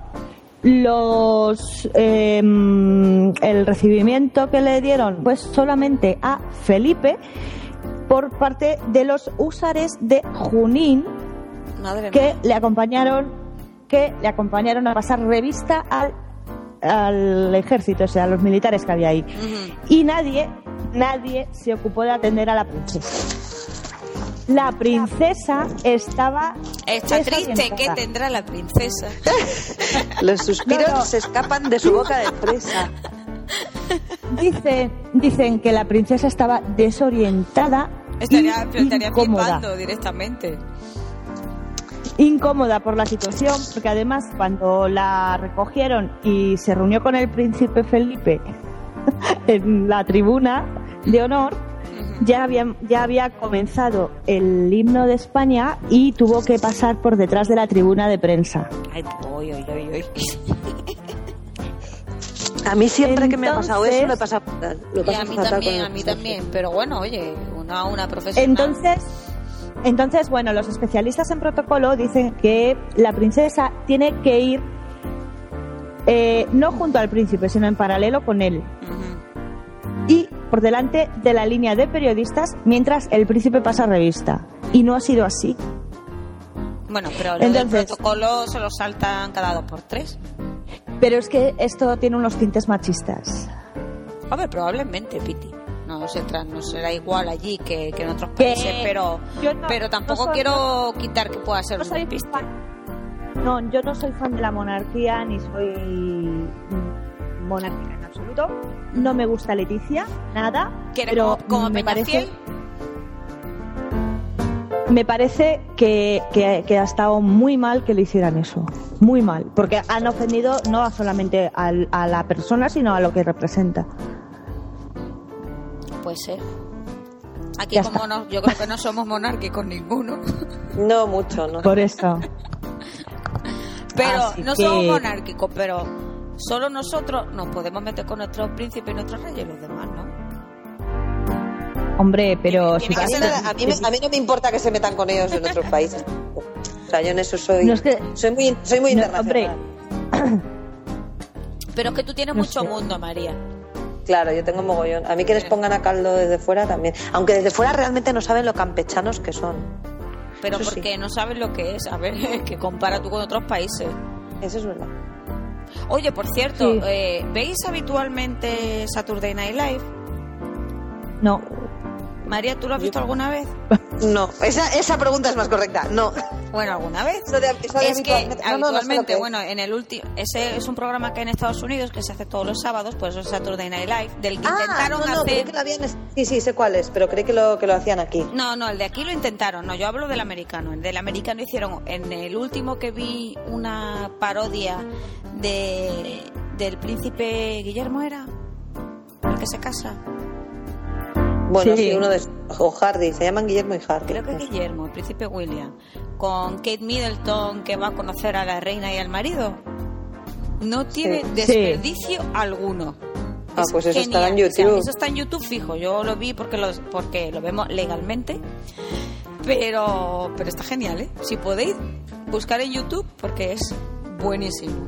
Speaker 2: los eh, el recibimiento que le dieron pues solamente a Felipe por parte de los húsares de Junín,
Speaker 1: Madre mía.
Speaker 2: que le acompañaron que le acompañaron a pasar revista al, al ejército, o sea, a los militares que había ahí.
Speaker 1: Ujú.
Speaker 2: Y nadie, nadie se ocupó de atender a la princesa. La princesa estaba
Speaker 1: Está triste,
Speaker 2: desorientada.
Speaker 1: ¿qué tendrá la princesa?
Speaker 3: Los suspiros
Speaker 2: No, no.
Speaker 3: se escapan de su boca de presa.
Speaker 2: Dice, dicen que la princesa estaba desorientada.
Speaker 1: Estaría,
Speaker 2: y
Speaker 1: pero estaría
Speaker 2: incómoda.
Speaker 1: flipando directamente.
Speaker 2: incómoda por la situación, porque además cuando la recogieron y se reunió con el príncipe Felipe en la tribuna de honor, ya había, ya había comenzado el himno de España y tuvo que pasar por detrás de la tribuna de prensa.
Speaker 1: Ay, uy, uy, uy, uy.
Speaker 3: A mí siempre que me ha pasado
Speaker 2: Entonces-
Speaker 3: eso, lo he pasado fatal. Lo he
Speaker 1: Y a
Speaker 3: pasado
Speaker 1: mí
Speaker 3: fatal
Speaker 1: también,
Speaker 3: con
Speaker 1: a mí
Speaker 3: esto.
Speaker 1: también. Pero bueno, oye, una, una profesional.
Speaker 2: Entonces, entonces, bueno, los especialistas en protocolo dicen que la princesa tiene que ir eh, no junto al príncipe, sino en paralelo con él.
Speaker 1: Ujú.
Speaker 2: y por delante de la línea de periodistas mientras el príncipe pasa revista. Y no ha sido así.
Speaker 1: Bueno, pero lo del
Speaker 2: Entonces-
Speaker 1: protocolo se lo saltan cada dos por tres.
Speaker 2: Pero es que esto tiene unos tintes machistas.
Speaker 1: Hombre, probablemente, Piti. No, se tra- no será igual allí que, que en otros
Speaker 2: Que
Speaker 1: países, pero,
Speaker 2: yo no-
Speaker 1: pero tampoco
Speaker 2: no soy-
Speaker 1: quiero quitar que pueda ser
Speaker 2: No
Speaker 1: un
Speaker 2: soy
Speaker 1: despiste.
Speaker 2: fan- No, yo no soy fan de la monarquía ni soy mm, monárquica en absoluto. No me gusta Leticia, nada.
Speaker 1: ¿Quieres
Speaker 2: pero
Speaker 1: como, como
Speaker 2: me
Speaker 1: Peña
Speaker 2: parece,
Speaker 1: Fiel?
Speaker 2: me parece que, que- que ha estado muy mal que le hicieran eso. Muy mal. Porque han ofendido no solamente al- a la persona, sino a lo que representa.
Speaker 1: Puede ser. Aquí
Speaker 2: Ya
Speaker 1: como no, yo creo que no somos monárquicos ninguno.
Speaker 3: No mucho, no.
Speaker 2: Por eso.
Speaker 1: Pero
Speaker 2: Así
Speaker 1: no
Speaker 2: que-
Speaker 1: somos monárquicos, pero solo nosotros nos podemos meter con nuestros príncipes y nuestros reyes, los demás, ¿no?
Speaker 2: Hombre, pero si
Speaker 1: Tiene que
Speaker 3: A mí,
Speaker 2: pasa-
Speaker 3: nada- a mí me- a mí no me importa que se metan con ellos en otros países. O sea, yo en eso soy.
Speaker 2: No es que-
Speaker 3: Soy muy, soy muy
Speaker 2: No,
Speaker 3: internacional.
Speaker 1: Pero es que tú tienes
Speaker 2: No
Speaker 1: mucho
Speaker 2: sé.
Speaker 1: mundo, María.
Speaker 3: Claro, yo tengo mogollón. A mí que les pongan a caldo desde fuera también. Aunque desde fuera realmente no saben lo campechanos que son.
Speaker 1: Pero
Speaker 3: Eso sí.
Speaker 1: porque no sabes lo que es. A ver, que compara tú con otros países.
Speaker 3: Eso es verdad.
Speaker 1: Oye, por cierto,
Speaker 2: Sí.
Speaker 1: eh, ¿veis habitualmente Saturday Night Live?
Speaker 2: no.
Speaker 1: María, ¿tú lo has visto alguna vez?
Speaker 3: No, esa, esa pregunta es más correcta. No.
Speaker 1: Bueno, alguna vez.
Speaker 3: Eso de- eso de
Speaker 1: es que
Speaker 3: habitualmente- no, no, no sé lo
Speaker 1: habitualmente,
Speaker 3: que es.
Speaker 1: bueno, en el último, ese es un programa que hay en Estados Unidos que se hace todos los sábados, por eso es Saturday Night Live, del que intentaron
Speaker 3: Ah, no, no, creí
Speaker 1: hacer.
Speaker 3: que lo habían... Sí, sí, sé cuál es, pero creí que lo, que lo hacían aquí.
Speaker 1: No, no, el de aquí lo intentaron, no, yo hablo del americano. El del americano hicieron, en el último que vi una parodia de del príncipe Guillermo era, el que se casa.
Speaker 3: Bueno, sí,
Speaker 2: Sí.
Speaker 3: uno de... O Hardy, se llaman Guillermo y Hardy.
Speaker 1: Creo que es Guillermo, el príncipe William, con Kate Middleton que va a conocer a la reina y al marido. No tiene
Speaker 2: Sí.
Speaker 1: desperdicio alguno.
Speaker 3: Ah, pues eso
Speaker 1: genial.
Speaker 3: estará en
Speaker 1: O sea,
Speaker 3: YouTube.
Speaker 1: eso está en YouTube fijo. Yo lo vi porque, los, porque lo vemos legalmente. Pero, pero está genial, ¿eh? Si podéis, buscar en YouTube porque es buenísimo.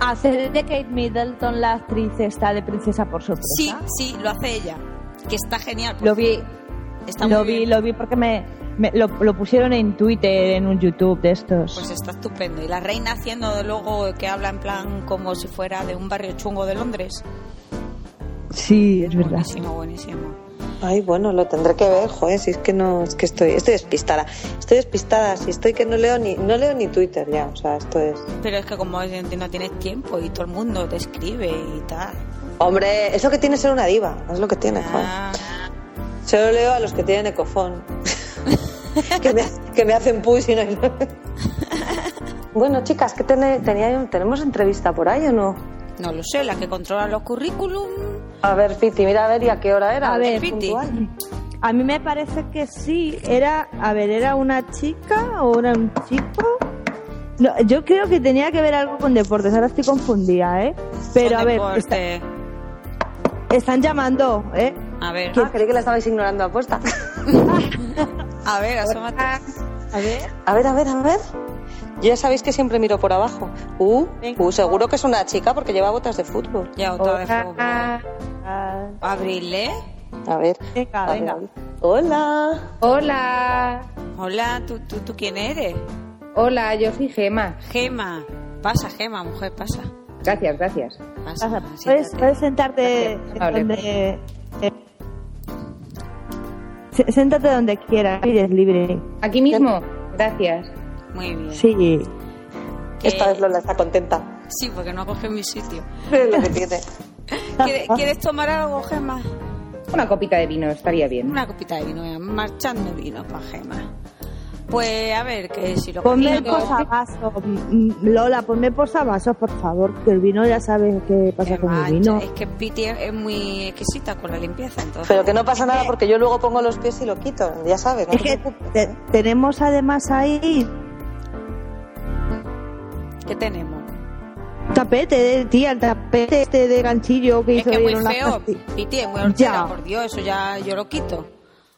Speaker 2: Hacer de Kate Middleton la actriz esta de Princesa por sorpresa.
Speaker 1: Sí, sí, lo hace ella. Que está genial. por
Speaker 2: Lo vi,
Speaker 1: Está
Speaker 2: lo
Speaker 1: muy
Speaker 2: vi,
Speaker 1: bien.
Speaker 2: lo vi porque me, me- lo, lo pusieron en Twitter, en un YouTube de estos.
Speaker 1: Pues está estupendo. Y la reina haciendo luego que habla en plan como si fuera de un barrio chungo de Londres.
Speaker 2: sí, es verdad.
Speaker 1: Buenísimo, buenísimo.
Speaker 3: Ay, bueno, lo tendré que ver, joder, si es que no, es que estoy, estoy despistada, estoy despistada, si estoy que no leo ni, no leo ni Twitter ya, o sea, esto es.
Speaker 1: Pero es que como no tienes tiempo y todo el mundo te escribe y tal.
Speaker 3: Hombre, es lo que tiene ser una diva, es lo que tiene, joder.
Speaker 1: Ah,
Speaker 3: Solo leo a los que tienen ecofón. que, me, que me hacen push y no. bueno, chicas, ¿qué tene- tenía- tenemos entrevista por ahí o no?
Speaker 1: no lo sé, la que controla los currículum.
Speaker 3: A ver, Fiti, mira a ver y a qué hora era. Ah,
Speaker 2: A ver,
Speaker 3: puntual.
Speaker 1: Fiti.
Speaker 2: A mí me parece que sí, era, a ver, era una chica o era un chico. No, yo creo que tenía que ver algo con deportes, ahora estoy confundida, ¿eh? Pero
Speaker 1: Son
Speaker 2: a ver,
Speaker 1: deporte.
Speaker 2: está- están llamando, ¿eh?
Speaker 1: A ver,
Speaker 3: Ah, creí que la estabais ignorando la apuesta.
Speaker 1: ah, a ver, asómate.
Speaker 2: A ver.
Speaker 3: A ver, a ver, a ver. Yo ya sabéis que siempre miro por abajo. Uh,
Speaker 2: Venga.
Speaker 3: uh, seguro que es una chica porque lleva botas de fútbol.
Speaker 1: Ya otra vez. fútbol. Abril, ¿eh?
Speaker 3: A ver.
Speaker 2: Ah, Venga,
Speaker 3: a ver,
Speaker 2: venga.
Speaker 3: a ver. Hola.
Speaker 5: Hola,
Speaker 1: Hola, ¿tú, tú, tú quién eres?
Speaker 5: hola, yo soy Gema.
Speaker 1: Gema. Pasa, Gema, mujer, pasa.
Speaker 5: Gracias, gracias.
Speaker 1: Pasa,
Speaker 2: Pasa, puedes,
Speaker 1: siéntate.
Speaker 2: puedes sentarte
Speaker 5: Gracias, amable.
Speaker 2: donde... eh, se- Siéntate donde quieras, eres libre.
Speaker 5: Aquí mismo, gracias.
Speaker 1: Muy bien.
Speaker 2: Sí.
Speaker 1: Que-
Speaker 3: Esta vez Lola está contenta.
Speaker 1: Sí, porque no coge mi sitio.
Speaker 3: Es lo que tiene.
Speaker 1: ¿Quieres, quieres tomar algo, Gema?
Speaker 5: Una copita de vino estaría bien.
Speaker 1: Una copita de vino, eh, marchando vino para Gema. Pues a ver, que si lo
Speaker 2: Ponme el
Speaker 1: consigo-
Speaker 2: posavasos, mm, mm, Lola, ponme el posavasos, por favor, que el vino ya sabes qué pasa
Speaker 1: Gema,
Speaker 2: con el vino.
Speaker 1: Es que Piti es es muy exquisita con la limpieza, entonces.
Speaker 3: Pero que no pasa nada porque yo luego pongo los pies y lo quito. Ya sabes. No
Speaker 2: Es
Speaker 3: te
Speaker 2: que
Speaker 3: preocupes.
Speaker 2: te- tenemos además ahí
Speaker 1: ¿Qué tenemos?
Speaker 2: tapete, de, tía, el tapete este de ganchillo que
Speaker 1: Es
Speaker 2: hizo
Speaker 1: que es muy
Speaker 2: bien una
Speaker 1: feo.
Speaker 2: casti-
Speaker 1: Piti es muy hortera,
Speaker 2: Ya.
Speaker 1: por Dios, eso ya yo lo quito.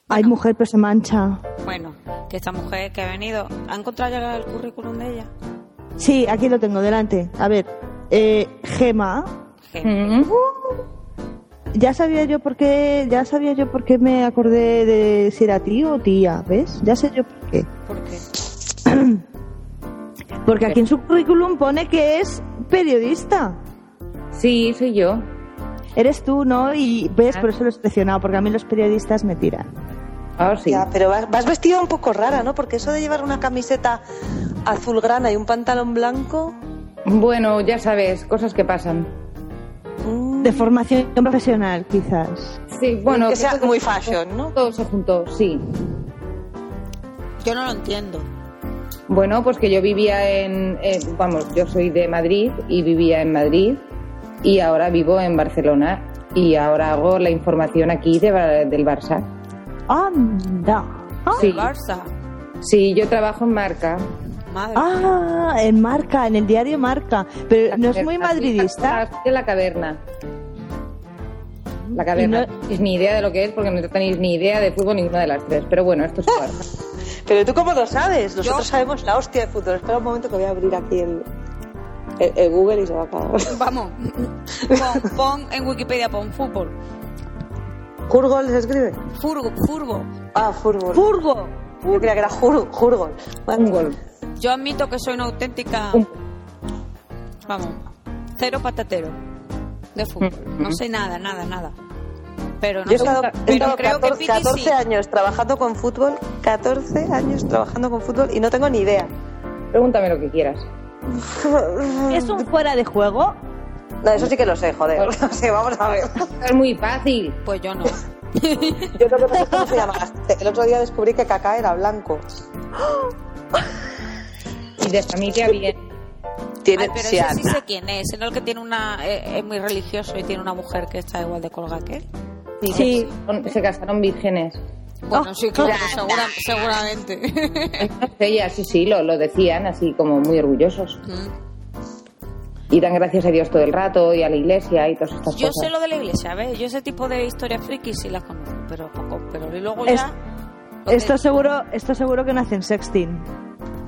Speaker 2: Ay, mujer, pero se mancha.
Speaker 1: Bueno, que esta mujer que ha venido, ¿ha encontrado ya el currículum de ella?
Speaker 2: Sí, aquí lo tengo delante. A ver, eh, Gema,
Speaker 1: Gema.
Speaker 5: Mm,
Speaker 2: ya sabía yo por qué, ya sabía yo por qué me acordé de si era tío o tía, ¿ves? Ya sé yo por qué.
Speaker 1: ¿Por qué?
Speaker 2: Porque aquí en su currículum pone que es periodista.
Speaker 5: Sí, soy yo.
Speaker 2: Eres tú, ¿no? Y ves, por eso lo he seleccionado, porque a mí los periodistas me tiran.
Speaker 5: Ah, sí.
Speaker 3: Ya, pero vas, vas vestida un poco rara, ¿no? Porque eso de llevar una camiseta azulgrana y un pantalón blanco.
Speaker 5: Bueno, ya sabes, cosas que pasan.
Speaker 3: mm,
Speaker 2: De formación profesional, quizás.
Speaker 5: Sí, bueno,
Speaker 3: que sea
Speaker 5: todo-
Speaker 3: muy fashion, ¿no?
Speaker 5: todo se juntó, sí.
Speaker 1: Yo no lo entiendo.
Speaker 5: Bueno, pues que yo vivía en, en- vamos, yo soy de Madrid y vivía en Madrid y ahora vivo en Barcelona y ahora hago la información aquí de Bar- del Barça.
Speaker 2: ¡Anda! Ah,
Speaker 5: Sí,
Speaker 1: Barça,
Speaker 5: sí, yo trabajo en marca.
Speaker 1: madre.
Speaker 2: Ah, en Marca, en el diario Marca. Pero no es muy madridista.
Speaker 5: De la caverna. La caverna.
Speaker 2: Y
Speaker 5: No tenéis ni idea de lo que es porque no tenéis ni idea de fútbol ninguna de las tres. Pero bueno, esto es Barça.
Speaker 3: Pero tú cómo lo sabes, nosotros
Speaker 1: Yo-
Speaker 3: sabemos la hostia de fútbol. Espera un momento que voy a abrir aquí el, el- el Google y se va a acabar.
Speaker 1: Vamos, pon, pon en Wikipedia, pon fútbol.
Speaker 3: ¿Jurgol se escribe?
Speaker 1: Furgo, furgo.
Speaker 3: Ah, fútbol.
Speaker 2: ¡Furgo!
Speaker 3: Yo creía que era jur- Jurgol. Vale.
Speaker 5: Un gol.
Speaker 1: Yo admito que soy una auténtica.
Speaker 5: Un-
Speaker 1: Vamos, cero patatero de fútbol. No sé nada, nada, nada. Pero no
Speaker 3: Mm, mm-hmm. Yo he
Speaker 1: sé-
Speaker 3: estado, he
Speaker 1: pero
Speaker 3: estado
Speaker 1: creo que
Speaker 3: 14,
Speaker 1: Piti sí.
Speaker 3: 14 años trabajando con fútbol, 14 años trabajando con fútbol y no tengo ni idea.
Speaker 5: Pregúntame lo que quieras.
Speaker 2: ¿Es un fuera de juego?
Speaker 3: No, eso sí que lo sé, joder. O sea, vamos a ver.
Speaker 5: Es muy fácil.
Speaker 1: Pues yo no.
Speaker 3: Yo creo que no sé cómo se llama. El otro día descubrí que Kaká era blanco.
Speaker 5: Y de familia bien.
Speaker 3: Tiene
Speaker 1: Ay, pero
Speaker 3: sí,
Speaker 1: ese sí
Speaker 3: Ana.
Speaker 1: sé quién es. Es el que tiene una. eh, es muy religioso y tiene una mujer que está igual de colga que él.
Speaker 2: Sí.
Speaker 5: Son- Se casaron vírgenes.
Speaker 1: Bueno, sí, claro, segura- seguramente.
Speaker 5: No sé, ya sí, sí, lo, lo decían así como muy orgullosos.
Speaker 1: Mm.
Speaker 5: y dan gracias a Dios todo el rato y a la iglesia y todas estas
Speaker 1: Yo
Speaker 5: cosas.
Speaker 1: sé lo de la iglesia, ¿ves? Yo ese tipo de historias frikis sí las conozco, pero poco. Pero y luego
Speaker 2: Es-
Speaker 1: ya... lo que-
Speaker 2: Esto seguro, esto seguro que nace en sexting.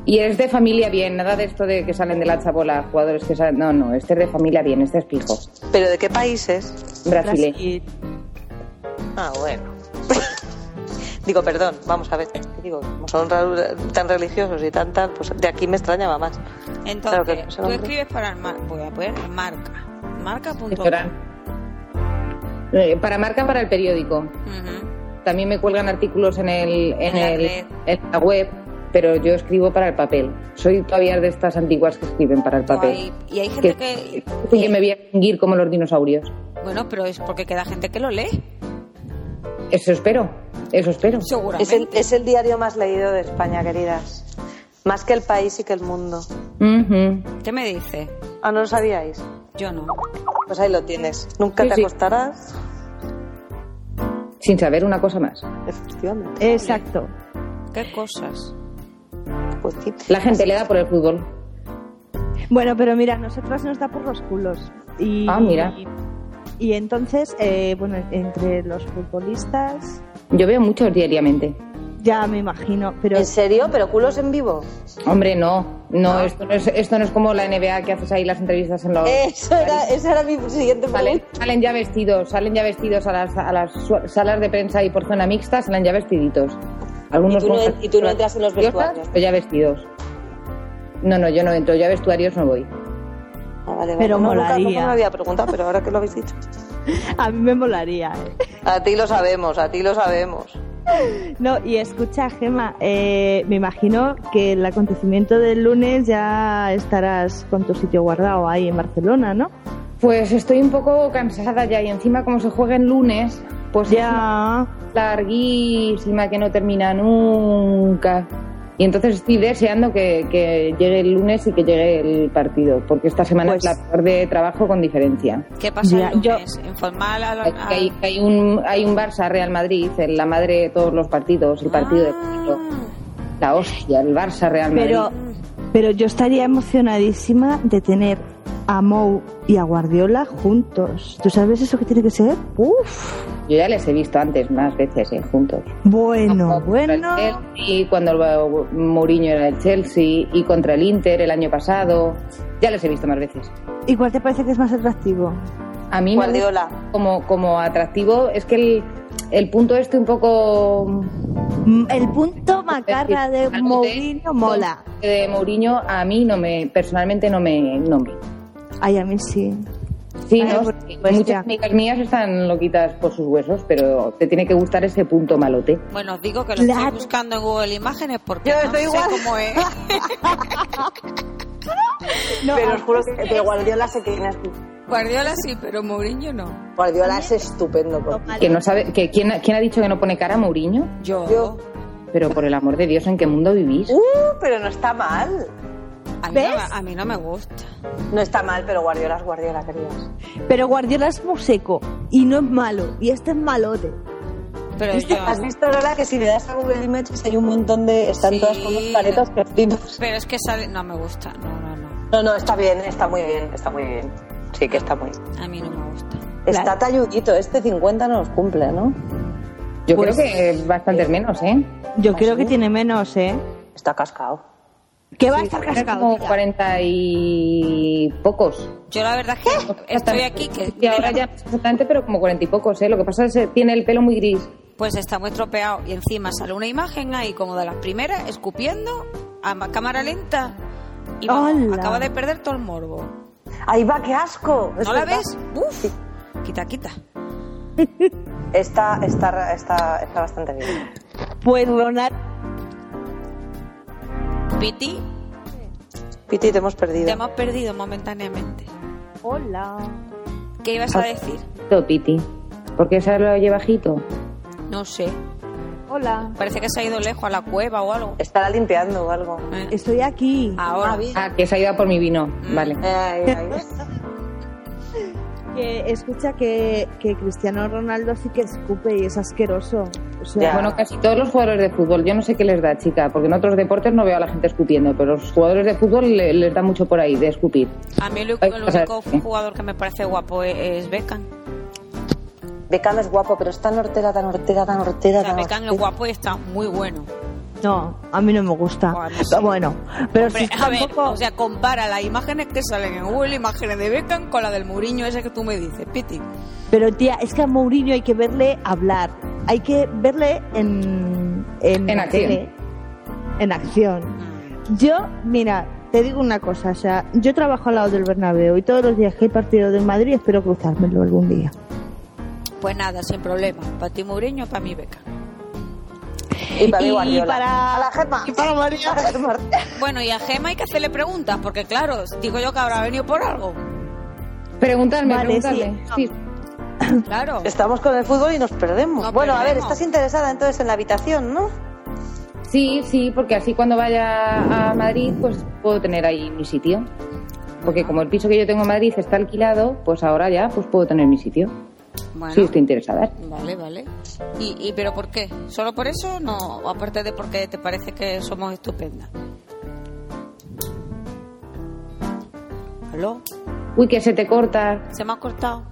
Speaker 5: Y es de familia bien, nada de esto de que salen de la chabola jugadores que salen. No, no, este es de familia bien, este es fijo.
Speaker 3: ¿Pero de qué países?
Speaker 5: Brasil.
Speaker 2: Brasil.
Speaker 3: Ah, bueno. digo, perdón, vamos a ver. Digo, como son ra- tan religiosos y tan tal, pues de aquí me extrañaba más. Claro que
Speaker 1: Entonces,
Speaker 3: no sé
Speaker 1: tú
Speaker 3: dónde.
Speaker 1: escribes para el mar... Voy a poner marca. Marca.com.
Speaker 2: Este
Speaker 5: Eh, Para marca, para el periódico.
Speaker 1: Ujú.
Speaker 5: También me cuelgan artículos en, el, en,
Speaker 1: En la
Speaker 5: el-
Speaker 1: red.
Speaker 5: en la web, pero yo escribo para el papel. Soy todavía de estas antiguas que escriben para el papel.
Speaker 1: Hay- y hay gente que...
Speaker 5: que yo me voy a extinguir como los dinosaurios.
Speaker 1: Bueno, pero es porque queda gente que lo lee.
Speaker 5: Eso espero, eso espero.
Speaker 1: Seguramente.
Speaker 3: Es el, es el diario más leído de España, queridas. Más que el país y que el mundo.
Speaker 5: Ujú.
Speaker 1: ¿Qué me dice?
Speaker 3: Ah, ¿no lo sabíais?
Speaker 1: Yo no.
Speaker 3: Pues ahí lo tienes. Nunca
Speaker 5: Sí,
Speaker 3: te
Speaker 5: sí.
Speaker 3: acostarás.
Speaker 5: Sin saber una cosa más.
Speaker 3: Efectivamente.
Speaker 2: Exacto.
Speaker 1: ¿Qué cosas?
Speaker 3: Pues sí.
Speaker 5: La gente le da por el fútbol.
Speaker 2: Bueno, pero mira, a nosotras nos da por los culos. Y,
Speaker 5: Ah, mira.
Speaker 2: Y, entonces, eh, bueno, entre los futbolistas,
Speaker 5: Yo veo muchos diariamente.
Speaker 2: ya me imagino, pero
Speaker 3: ¿En serio? ¿Pero culos en vivo?
Speaker 5: Hombre, no, no,
Speaker 3: Ah.
Speaker 5: esto no es, esto no es como la NBA que haces ahí las entrevistas en los...
Speaker 3: Eso era, esa era mi siguiente
Speaker 5: Salen,
Speaker 3: pregunta.
Speaker 5: salen ya vestidos, salen ya vestidos a las, a las su- salas de prensa y por zona mixta, salen ya vestiditos. Algunos
Speaker 3: Y tú no
Speaker 5: con
Speaker 3: en- y tú no entras en los
Speaker 5: curiosas,
Speaker 3: vestuarios.
Speaker 5: pero ya vestidos. No, no, yo no entro, yo a vestuarios no voy.
Speaker 3: Ah, vale, vale.
Speaker 2: Pero
Speaker 3: No, nunca-
Speaker 2: molaría.
Speaker 3: nunca me había preguntado, pero ahora que lo habéis dicho.
Speaker 2: a mí me molaría. ¿eh?
Speaker 3: A ti lo sabemos, a ti lo sabemos.
Speaker 2: No, y escucha, Gema, eh, me imagino que el acontecimiento del lunes ya estarás con tu sitio guardado ahí en Barcelona, ¿no?
Speaker 5: Pues estoy un poco cansada ya y encima como se juega en lunes, pues
Speaker 2: Ya.
Speaker 5: es larguísima que no termina nunca. Y entonces estoy deseando que, que llegue el lunes y que llegue el partido, porque esta semana
Speaker 2: Pues-
Speaker 5: es la peor de trabajo con diferencia.
Speaker 1: ¿Qué pasa
Speaker 2: Ya,
Speaker 1: el
Speaker 2: yo-
Speaker 1: lunes? Informal a, Ah. lo- a-
Speaker 5: Que hay, que hay un, hay un Barça Real Madrid, en la madre de todos los partidos, el partido de
Speaker 1: Ah.
Speaker 5: la hostia, el Barça Real Madrid.
Speaker 2: Pero, pero yo estaría emocionadísima de tener a Mou y a Guardiola juntos. ¿Tú sabes eso que tiene que ser? Uf.
Speaker 5: Yo ya les he visto antes más veces eh, juntos.
Speaker 2: Bueno,
Speaker 5: Como contra
Speaker 2: bueno.
Speaker 5: el Chelsea, cuando el Mourinho era el Chelsea y contra el Inter el año pasado. Ya les he visto más veces.
Speaker 2: ¿Y cuál te parece que es más atractivo?
Speaker 5: A mí me gusta
Speaker 3: Guardiola.
Speaker 5: como, como atractivo es que el, el punto este un poco...
Speaker 2: Mm, El punto macarra de
Speaker 5: Algo
Speaker 2: Mourinho mola.
Speaker 5: De Mourinho a mí no me, personalmente no me... No me
Speaker 2: Ay, a mí sí.
Speaker 5: Sí,
Speaker 2: Ay, pues,
Speaker 5: no,
Speaker 2: por
Speaker 5: sí,
Speaker 2: supuesto.
Speaker 5: muchas amigas mías están loquitas por sus huesos, pero te tiene que gustar ese punto malote.
Speaker 1: Bueno, os digo que lo
Speaker 2: Claro.
Speaker 1: estoy buscando en Google Imágenes porque
Speaker 3: Yo
Speaker 1: no
Speaker 3: estoy
Speaker 1: sé
Speaker 3: igual.
Speaker 1: cómo es.
Speaker 2: No,
Speaker 3: Pero os juro que, que Guardiola sé quién es.
Speaker 1: Guardiola sí, pero Mourinho no.
Speaker 3: Guardiola es estupendo. por-
Speaker 2: vale.
Speaker 5: Que no sabe, que quién, quién ha dicho que no pone cara a Mourinho,
Speaker 1: Yo,
Speaker 3: Yo.
Speaker 5: pero por el amor de Dios, ¿en qué mundo vivís?
Speaker 3: Uh, pero no está mal.
Speaker 1: a, mí
Speaker 2: ¿Ves?
Speaker 1: no, me- a mí no me gusta.
Speaker 3: No está mal, pero Guardiola es Guardiola, queridas.
Speaker 2: Pero Guardiola es muy seco y no es malo. Y este es malote.
Speaker 1: Pero
Speaker 3: ¿Viste?
Speaker 1: yo...
Speaker 3: ¿Has visto, Lola, que si le das a Google Images hay un montón de... Están
Speaker 1: Sí.
Speaker 3: todas con unos planetas perdidos.
Speaker 1: Pero es que sale... No me gusta, no, no, no.
Speaker 3: No, no, está bien, está muy bien, está muy bien. Sí que está muy bien.
Speaker 1: A mí no me gusta.
Speaker 3: Está talludito, este 50 no los cumple, ¿no?
Speaker 5: Yo
Speaker 2: Pues-
Speaker 5: creo que bastantes menos, ¿eh?
Speaker 2: Yo
Speaker 3: ¿Ah,
Speaker 2: creo que
Speaker 3: sí?
Speaker 2: tiene menos, ¿eh?
Speaker 3: Está cascado.
Speaker 2: Que va a estar
Speaker 5: Era
Speaker 2: cascado.
Speaker 5: como
Speaker 2: tía.
Speaker 5: cuarenta y pocos.
Speaker 1: Yo la verdad es que estoy aquí que...
Speaker 5: Y ahora ya no es bastante, pero como cuarenta y pocos, ¿eh? Lo que pasa es que tiene el pelo muy gris.
Speaker 1: Pues está muy tropeado. Y encima sale una imagen ahí como de las primeras, escupiendo a ma- cámara lenta. Y vamos,
Speaker 2: ¡Hala!
Speaker 1: acaba de perder todo el morbo.
Speaker 3: ¡Ahí va, qué asco! Es
Speaker 1: ¿No la
Speaker 3: verdad.
Speaker 1: ves? ¡Uf! Quita, quita.
Speaker 3: Está, está, está, está bastante bien.
Speaker 2: Pues Ronald,
Speaker 1: Piti,
Speaker 3: Piti, te hemos perdido.
Speaker 1: te hemos perdido momentáneamente.
Speaker 2: hola.
Speaker 1: ¿Qué ibas a
Speaker 5: Ah.
Speaker 1: decir?
Speaker 5: Todo piti. ¿Por qué se lo lleva bajito?
Speaker 1: No sé.
Speaker 2: Hola.
Speaker 1: Parece que se ha ido lejos a la cueva o algo.
Speaker 3: Estará limpiando o algo.
Speaker 1: Eh,
Speaker 2: Estoy aquí.
Speaker 1: Ahora.
Speaker 3: Ah, bien.
Speaker 5: Ah, que se ha ido a por mi vino. Vale.
Speaker 3: Ay, ay.
Speaker 2: Que escucha que, que Cristiano Ronaldo sí que escupe y es asqueroso. O sea,
Speaker 4: Ya.
Speaker 5: Bueno, casi todos los jugadores de fútbol, yo no sé qué les da, chica, porque en otros deportes no veo a la gente escupiendo, pero los jugadores de fútbol le- les da mucho por ahí, de escupir.
Speaker 1: A mí el,
Speaker 5: Ay,
Speaker 1: el
Speaker 5: o sea,
Speaker 1: único
Speaker 5: sí.
Speaker 1: jugador que me parece guapo es, es Beckham.
Speaker 3: Beckham es guapo, pero es tan hortera, tan hortera, tan
Speaker 1: O
Speaker 3: hortera,
Speaker 1: sea,
Speaker 3: tan
Speaker 1: Beckham es
Speaker 3: hortera.
Speaker 1: guapo y está muy bueno.
Speaker 2: no, a mí no me gusta.
Speaker 1: Bueno, sí.
Speaker 2: Bueno, pero
Speaker 1: Hombre,
Speaker 2: sí
Speaker 1: a ver,
Speaker 2: tampoco...
Speaker 1: o sea, compara las imágenes que salen en Google, imágenes de Beckham, con la del Mourinho ese que tú me dices, Piti.
Speaker 2: Pero tía, es que a Mourinho hay que verle hablar, hay que verle en en,
Speaker 5: En
Speaker 2: la
Speaker 5: acción.
Speaker 2: tele, en acción.
Speaker 1: Mm.
Speaker 2: Yo, mira, te digo una cosa, o sea, yo trabajo al lado del Bernabéu y todos los días que hay partido del Madrid espero cruzármelo algún día.
Speaker 1: Pues nada, sin problema. Para ti Mourinho, para mí Beckham.
Speaker 3: Y para mí
Speaker 2: Y
Speaker 3: Guardiola.
Speaker 2: para-
Speaker 3: A la Gemma.
Speaker 2: y para María.
Speaker 3: A la Gemma.
Speaker 1: Bueno, y a Gema hay que hacerle preguntas, porque claro, digo yo que habrá venido por algo.
Speaker 5: Preguntadme,
Speaker 2: Vale,
Speaker 5: preguntadme.
Speaker 2: sí.
Speaker 5: Sí.
Speaker 1: Claro.
Speaker 3: Estamos con el fútbol y nos perdemos.
Speaker 1: Nos
Speaker 3: bueno, a ver,
Speaker 1: perdemos.
Speaker 3: estás interesada entonces en la habitación, ¿no?
Speaker 5: Sí, sí, porque así cuando vaya a Madrid, pues puedo tener ahí mi sitio. Porque como el piso que yo tengo en Madrid está alquilado, pues ahora ya pues puedo tener mi sitio.
Speaker 1: Bueno.
Speaker 5: Sí, estoy interesada.
Speaker 1: Vale, vale. ¿Y, y pero por qué? ¿Solo por eso? No, O aparte de porque te parece que somos estupendas. ¿Aló?
Speaker 5: Uy, que se te corta.
Speaker 1: ¿Se me ha cortado?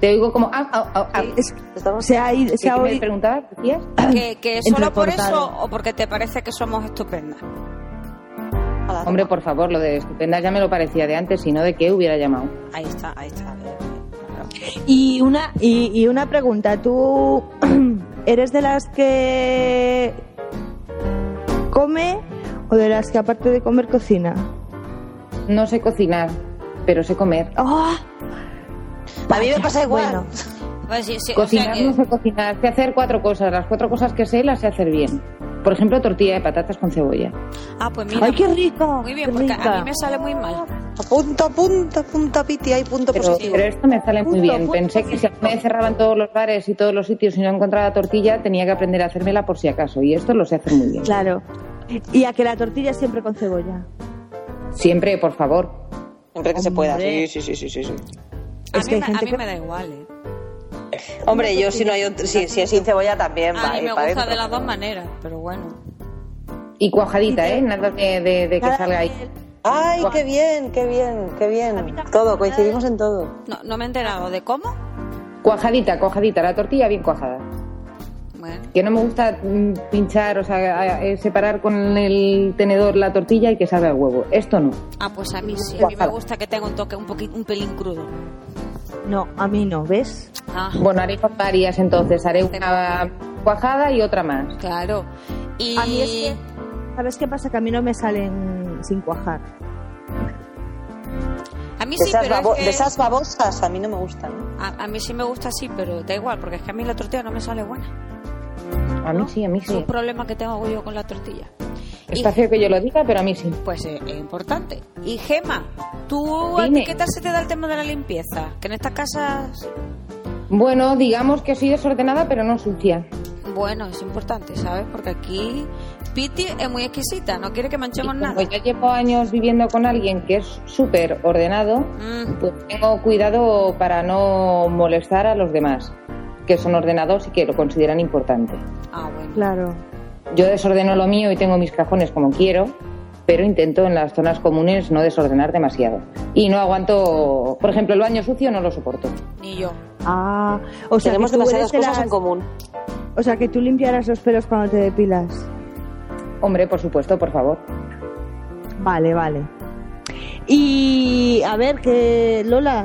Speaker 5: Te oigo como... ah, ah, ah, ah.
Speaker 2: Es-
Speaker 3: Estamos-
Speaker 2: se ha ido, se
Speaker 5: ¿Qué
Speaker 2: ha
Speaker 5: me
Speaker 2: oído-
Speaker 5: preguntabas, decías?
Speaker 1: ¿Que, que solo por eso
Speaker 2: Entrecortado.
Speaker 1: o porque te parece que somos estupendas?
Speaker 3: a la-
Speaker 5: Hombre, por favor, lo de estupenda ya me lo parecía de antes, sino de qué hubiera llamado.
Speaker 1: Ahí está, ahí está. Claro.
Speaker 2: y una y, y una pregunta, tú eres de las que come o de las que aparte de comer cocina.
Speaker 5: No sé cocinar, pero sé comer.
Speaker 2: ¡Ah!
Speaker 3: A mí me pasa igual.
Speaker 2: Bueno.
Speaker 1: Pues sí, sí, o sea
Speaker 5: Cocinar
Speaker 1: que-
Speaker 5: no sé cocinar, sé hacer cuatro cosas. Las cuatro cosas que sé las sé hacer bien. Por ejemplo, tortilla de patatas con cebolla.
Speaker 1: ah, pues mira.
Speaker 2: ¡Ay, qué rico!
Speaker 1: Muy bien,
Speaker 2: qué
Speaker 1: porque
Speaker 2: rica!
Speaker 1: a mí me sale muy mal.
Speaker 3: Punto, punto, punto, Piti, hay punto
Speaker 5: Pero,
Speaker 3: positivo.
Speaker 5: pero esto me sale muy
Speaker 2: Punto,
Speaker 5: bien.
Speaker 2: punto.
Speaker 5: Pensé que si a mí me cerraban todos los bares y todos los sitios y no encontraba tortilla, tenía que aprender a hacérmela por si acaso. Y esto lo sé hacer muy bien.
Speaker 2: Claro. Y a que la tortilla siempre con cebolla.
Speaker 5: Siempre, por favor.
Speaker 3: Siempre que se pueda.
Speaker 2: Hombre.
Speaker 3: Sí, sí, sí, sí, sí.
Speaker 1: A
Speaker 2: Es
Speaker 1: mí,
Speaker 2: que hay
Speaker 1: me, a
Speaker 2: gente
Speaker 1: mí
Speaker 2: que-
Speaker 1: me da igual, ¿eh?
Speaker 3: Hombre, yo si no hay otro, si, si es sin cebolla también
Speaker 1: A
Speaker 3: va
Speaker 1: mí
Speaker 3: ahí
Speaker 1: me
Speaker 3: para
Speaker 1: gusta
Speaker 3: dentro.
Speaker 1: de las dos maneras, pero bueno.
Speaker 5: Y cuajadita, ¿eh? Nada de, de- de que
Speaker 2: Nada
Speaker 5: salga ahí.
Speaker 3: Ay, qué bien, qué bien, qué bien. Todo, coincidimos en todo.
Speaker 1: No, no me he enterado de cómo.
Speaker 5: Cuajadita, cuajadita. La tortilla bien cuajada.
Speaker 1: Bueno,
Speaker 5: Que no me gusta mm, pinchar, o sea, a- a- separar con el tenedor la tortilla y que salga el huevo. Esto no.
Speaker 1: ah, pues a mí sí. A mí me gusta que tenga un toque un poquito, un pelín crudo.
Speaker 2: No, a mí no, ¿ves?
Speaker 1: Ah,
Speaker 5: Bueno, haré varias entonces. Haré una cuajada y otra más.
Speaker 1: claro. Y
Speaker 2: A mí es que, ¿sabes qué pasa? Que a mí no me salen sin cuajar.
Speaker 1: a mí
Speaker 3: de,
Speaker 1: sí,
Speaker 3: esas
Speaker 1: pero es
Speaker 3: babo-
Speaker 1: que-
Speaker 3: de esas babosas a mí no me gustan.
Speaker 1: a, a mí sí me gusta así, pero da igual, porque es que a mí la tortilla no me sale buena.
Speaker 5: A mí sí, a mí
Speaker 1: Es un
Speaker 5: sí.
Speaker 1: problema que tengo yo con la tortilla. Y-
Speaker 5: Está feo que yo lo diga, pero a mí sí.
Speaker 1: Pues eh, es importante. Y Gema, ¿tú a
Speaker 5: Dime.
Speaker 1: ti qué tal se te da el tema de la limpieza? Que en estas casas,
Speaker 5: Bueno, digamos que soy desordenada, pero no sucia.
Speaker 1: bueno, es importante, ¿sabes? Porque aquí Piti es muy exquisita, no quiere que
Speaker 5: Y
Speaker 1: manchemos
Speaker 5: como
Speaker 1: nada.
Speaker 5: ya llevo años viviendo con alguien que es súper ordenado,
Speaker 1: Mm,
Speaker 5: pues tengo cuidado para no molestar a los demás, que son ordenados y que lo consideran importante.
Speaker 1: ah, bueno.
Speaker 2: Claro.
Speaker 5: Yo desordeno lo mío y tengo mis cajones como quiero, pero intento en las zonas comunes no desordenar demasiado. Y no aguanto, por ejemplo, el baño sucio no lo soporto.
Speaker 1: Ni yo.
Speaker 2: Ah, o sea,
Speaker 3: Tenemos
Speaker 2: que tú eres
Speaker 3: demasiadas
Speaker 2: de
Speaker 3: cosas
Speaker 2: las-
Speaker 3: en común.
Speaker 2: o sea, que tú limpiarás los pelos cuando te depilas.
Speaker 5: Hombre, por supuesto, por favor.
Speaker 2: Vale, vale. Y a ver, que Lola.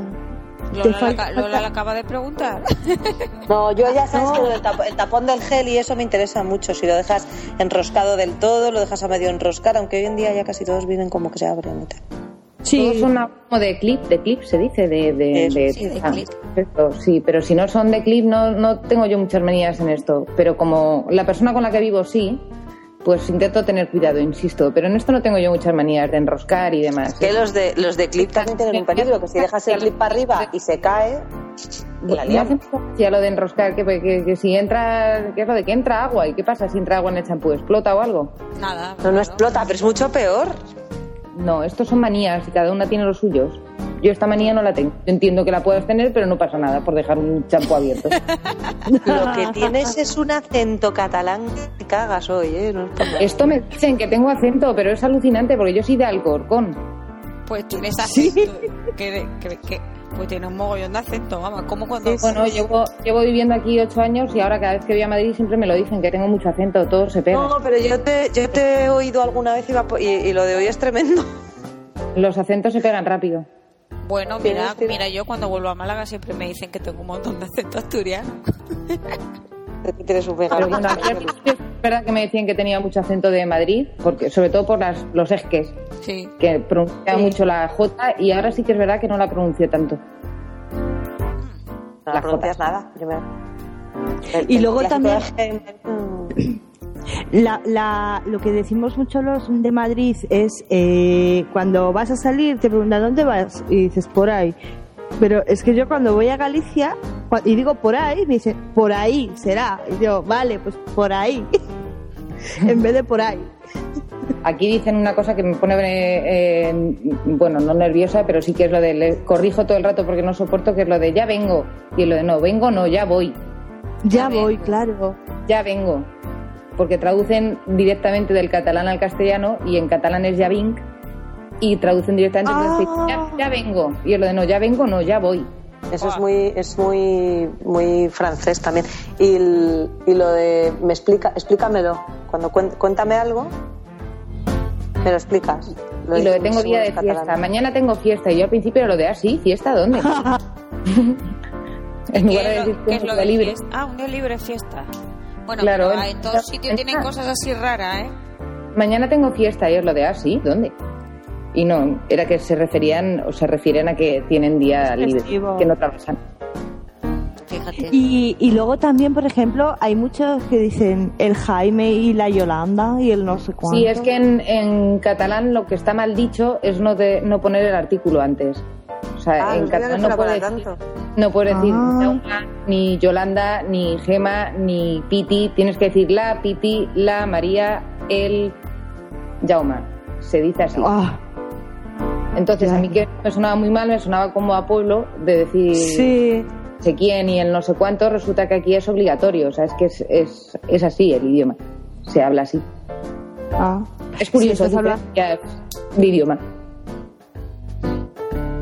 Speaker 2: te
Speaker 1: Lola, la,
Speaker 2: falta-
Speaker 1: ca- Lola la acaba de preguntar.
Speaker 3: No, yo ya sabes que lo del tapo- el tapón del gel y eso me interesa mucho. Si lo dejas enroscado del todo, lo dejas a medio enroscar, aunque hoy en día ya casi todos viven como que se abren. y tal.
Speaker 5: Todos son a- como de clip, de clip se dice, de... de,
Speaker 3: Eso,
Speaker 5: de-
Speaker 1: sí, de
Speaker 5: ah,
Speaker 1: clip.
Speaker 5: perfecto, sí, pero si no son de clip no, no tengo yo muchas manías en esto, pero como la persona con la que vivo sí, pues intento tener cuidado, insisto, pero en esto no tengo yo muchas manías de enroscar y demás.
Speaker 3: Que los de, los de clip también tienen un peligro, que si dejas el clip para arriba y se cae, la
Speaker 5: Me hace
Speaker 3: liamos.
Speaker 5: mucha gracia lo de enroscar, que, que- que si entra, que es lo de que entra agua, ¿y qué pasa si entra agua en el champú? ¿Explota o algo?
Speaker 3: No,
Speaker 1: Nada.
Speaker 3: no
Speaker 1: claro.
Speaker 3: explota, pero es mucho peor.
Speaker 5: No, estos son manías y cada una tiene los suyos. Yo esta manía no la tengo. Yo entiendo que la puedas tener, pero no pasa nada por dejar un champú abierto.
Speaker 3: Lo que tienes es un acento catalán que te cagas hoy, ¿eh? No es por nada.
Speaker 5: Esto me dicen que tengo acento, pero es alucinante porque yo soy de Alcorcón.
Speaker 1: Pues tienes acento. Que, que- que- pues tiene un mogollón de acento, vamos. Como cuando.
Speaker 5: Bueno, llevo, llevo viviendo aquí ocho años y ahora cada vez que voy a Madrid siempre me lo dicen que tengo mucho acento, todo se pega.
Speaker 3: No, pero yo te, yo te he oído alguna vez y, va po- y- y lo de hoy es tremendo.
Speaker 5: Los acentos se pegan rápido.
Speaker 1: Bueno, mira,
Speaker 3: Tienes que-
Speaker 1: mira, yo cuando vuelvo a Málaga siempre me dicen que tengo un montón de acento asturiano.
Speaker 3: Tienes un
Speaker 5: Pero
Speaker 3: vegano.
Speaker 5: bueno, a mí al principio es verdad que me decían que tenía mucho acento de Madrid, porque sobre todo por las, los esques,
Speaker 1: Sí.
Speaker 5: que pronunciaba mucho la J y ahora sí que es verdad que no la pronuncio tanto.
Speaker 3: No
Speaker 5: la
Speaker 3: pronuncias nada, primero.
Speaker 2: Y luego
Speaker 3: la
Speaker 2: también-
Speaker 3: gente- mm,
Speaker 2: La, la- lo que decimos mucho los de Madrid es eh, cuando vas a salir te preguntan dónde vas y dices por ahí. Pero es que yo cuando voy a Galicia cua- y digo por ahí, me dicen por ahí será. Y yo, vale, pues por ahí. en vez de por ahí.
Speaker 5: Aquí dicen una cosa que me pone, eh, eh, bueno, no nerviosa, pero sí que es lo de, le corrijo todo el rato porque no soporto, que es lo de ya vengo. Y lo de no, vengo, no, ya voy,
Speaker 2: Ya
Speaker 1: A ver.
Speaker 2: voy, claro.
Speaker 5: ya vengo. Porque traducen directamente del catalán al castellano y en catalán es ya vinc y traducen directamente al castellano,
Speaker 1: Ah.
Speaker 5: ya, ya vengo. Y es lo de no, ya vengo, no, ya voy.
Speaker 3: Eso es muy, es muy, muy francés también. Y, el- y lo de me explica, explícamelo. Cuando cuen- cuéntame algo, me lo explicas.
Speaker 5: y lo de
Speaker 3: dicen
Speaker 5: tengo
Speaker 3: según los
Speaker 5: día de fiesta,
Speaker 3: catalanes.
Speaker 5: mañana tengo fiesta. Y yo al principio era lo de, ah, sí, fiesta, ¿dónde?
Speaker 1: ¿Qué es
Speaker 5: en lugar de decir
Speaker 1: lo- qué
Speaker 5: que
Speaker 1: es lo
Speaker 5: está
Speaker 1: de
Speaker 5: libre.
Speaker 1: fiesta? Ah, un día libre es fiesta. Bueno,
Speaker 5: Claro,
Speaker 1: pero
Speaker 5: el-
Speaker 1: en todos sitios tienen
Speaker 5: Ah.
Speaker 1: cosas así raras, ¿eh?
Speaker 5: Mañana tengo fiesta. Y es lo de, ah, sí, ¿dónde? Y no, era que se referían o se refieren a que tienen día libre,
Speaker 2: festivo.
Speaker 5: que no trabajan.
Speaker 1: Fíjate.
Speaker 2: Y, y luego también, por ejemplo, hay muchos que dicen el Jaime y la Yolanda y el no sé cuánto.
Speaker 5: Sí, es que en, en catalán lo que está mal dicho es no, de, no poner el artículo antes. O sea,
Speaker 3: Ah, no, yo
Speaker 5: en
Speaker 3: no
Speaker 5: catalán
Speaker 3: esperaba
Speaker 5: no puede decir,
Speaker 3: tanto.
Speaker 5: no puedes decir
Speaker 2: Ah.
Speaker 5: Jaume, ni Yolanda, ni Gema, ni Piti. Tienes que decir la Piti, la María, el Jauma. Se dice así.
Speaker 2: Ah,
Speaker 5: Entonces,
Speaker 2: ya.
Speaker 5: a mí que me sonaba muy mal, me sonaba como a pueblo de decir
Speaker 2: sí.
Speaker 5: no sé quién y el no sé cuánto. Resulta que aquí es obligatorio. O sea, es que es, es, es así el idioma. Se habla así.
Speaker 2: Ah.
Speaker 5: Es curioso,
Speaker 2: Sí, estás hablando-
Speaker 5: diferencia de idioma.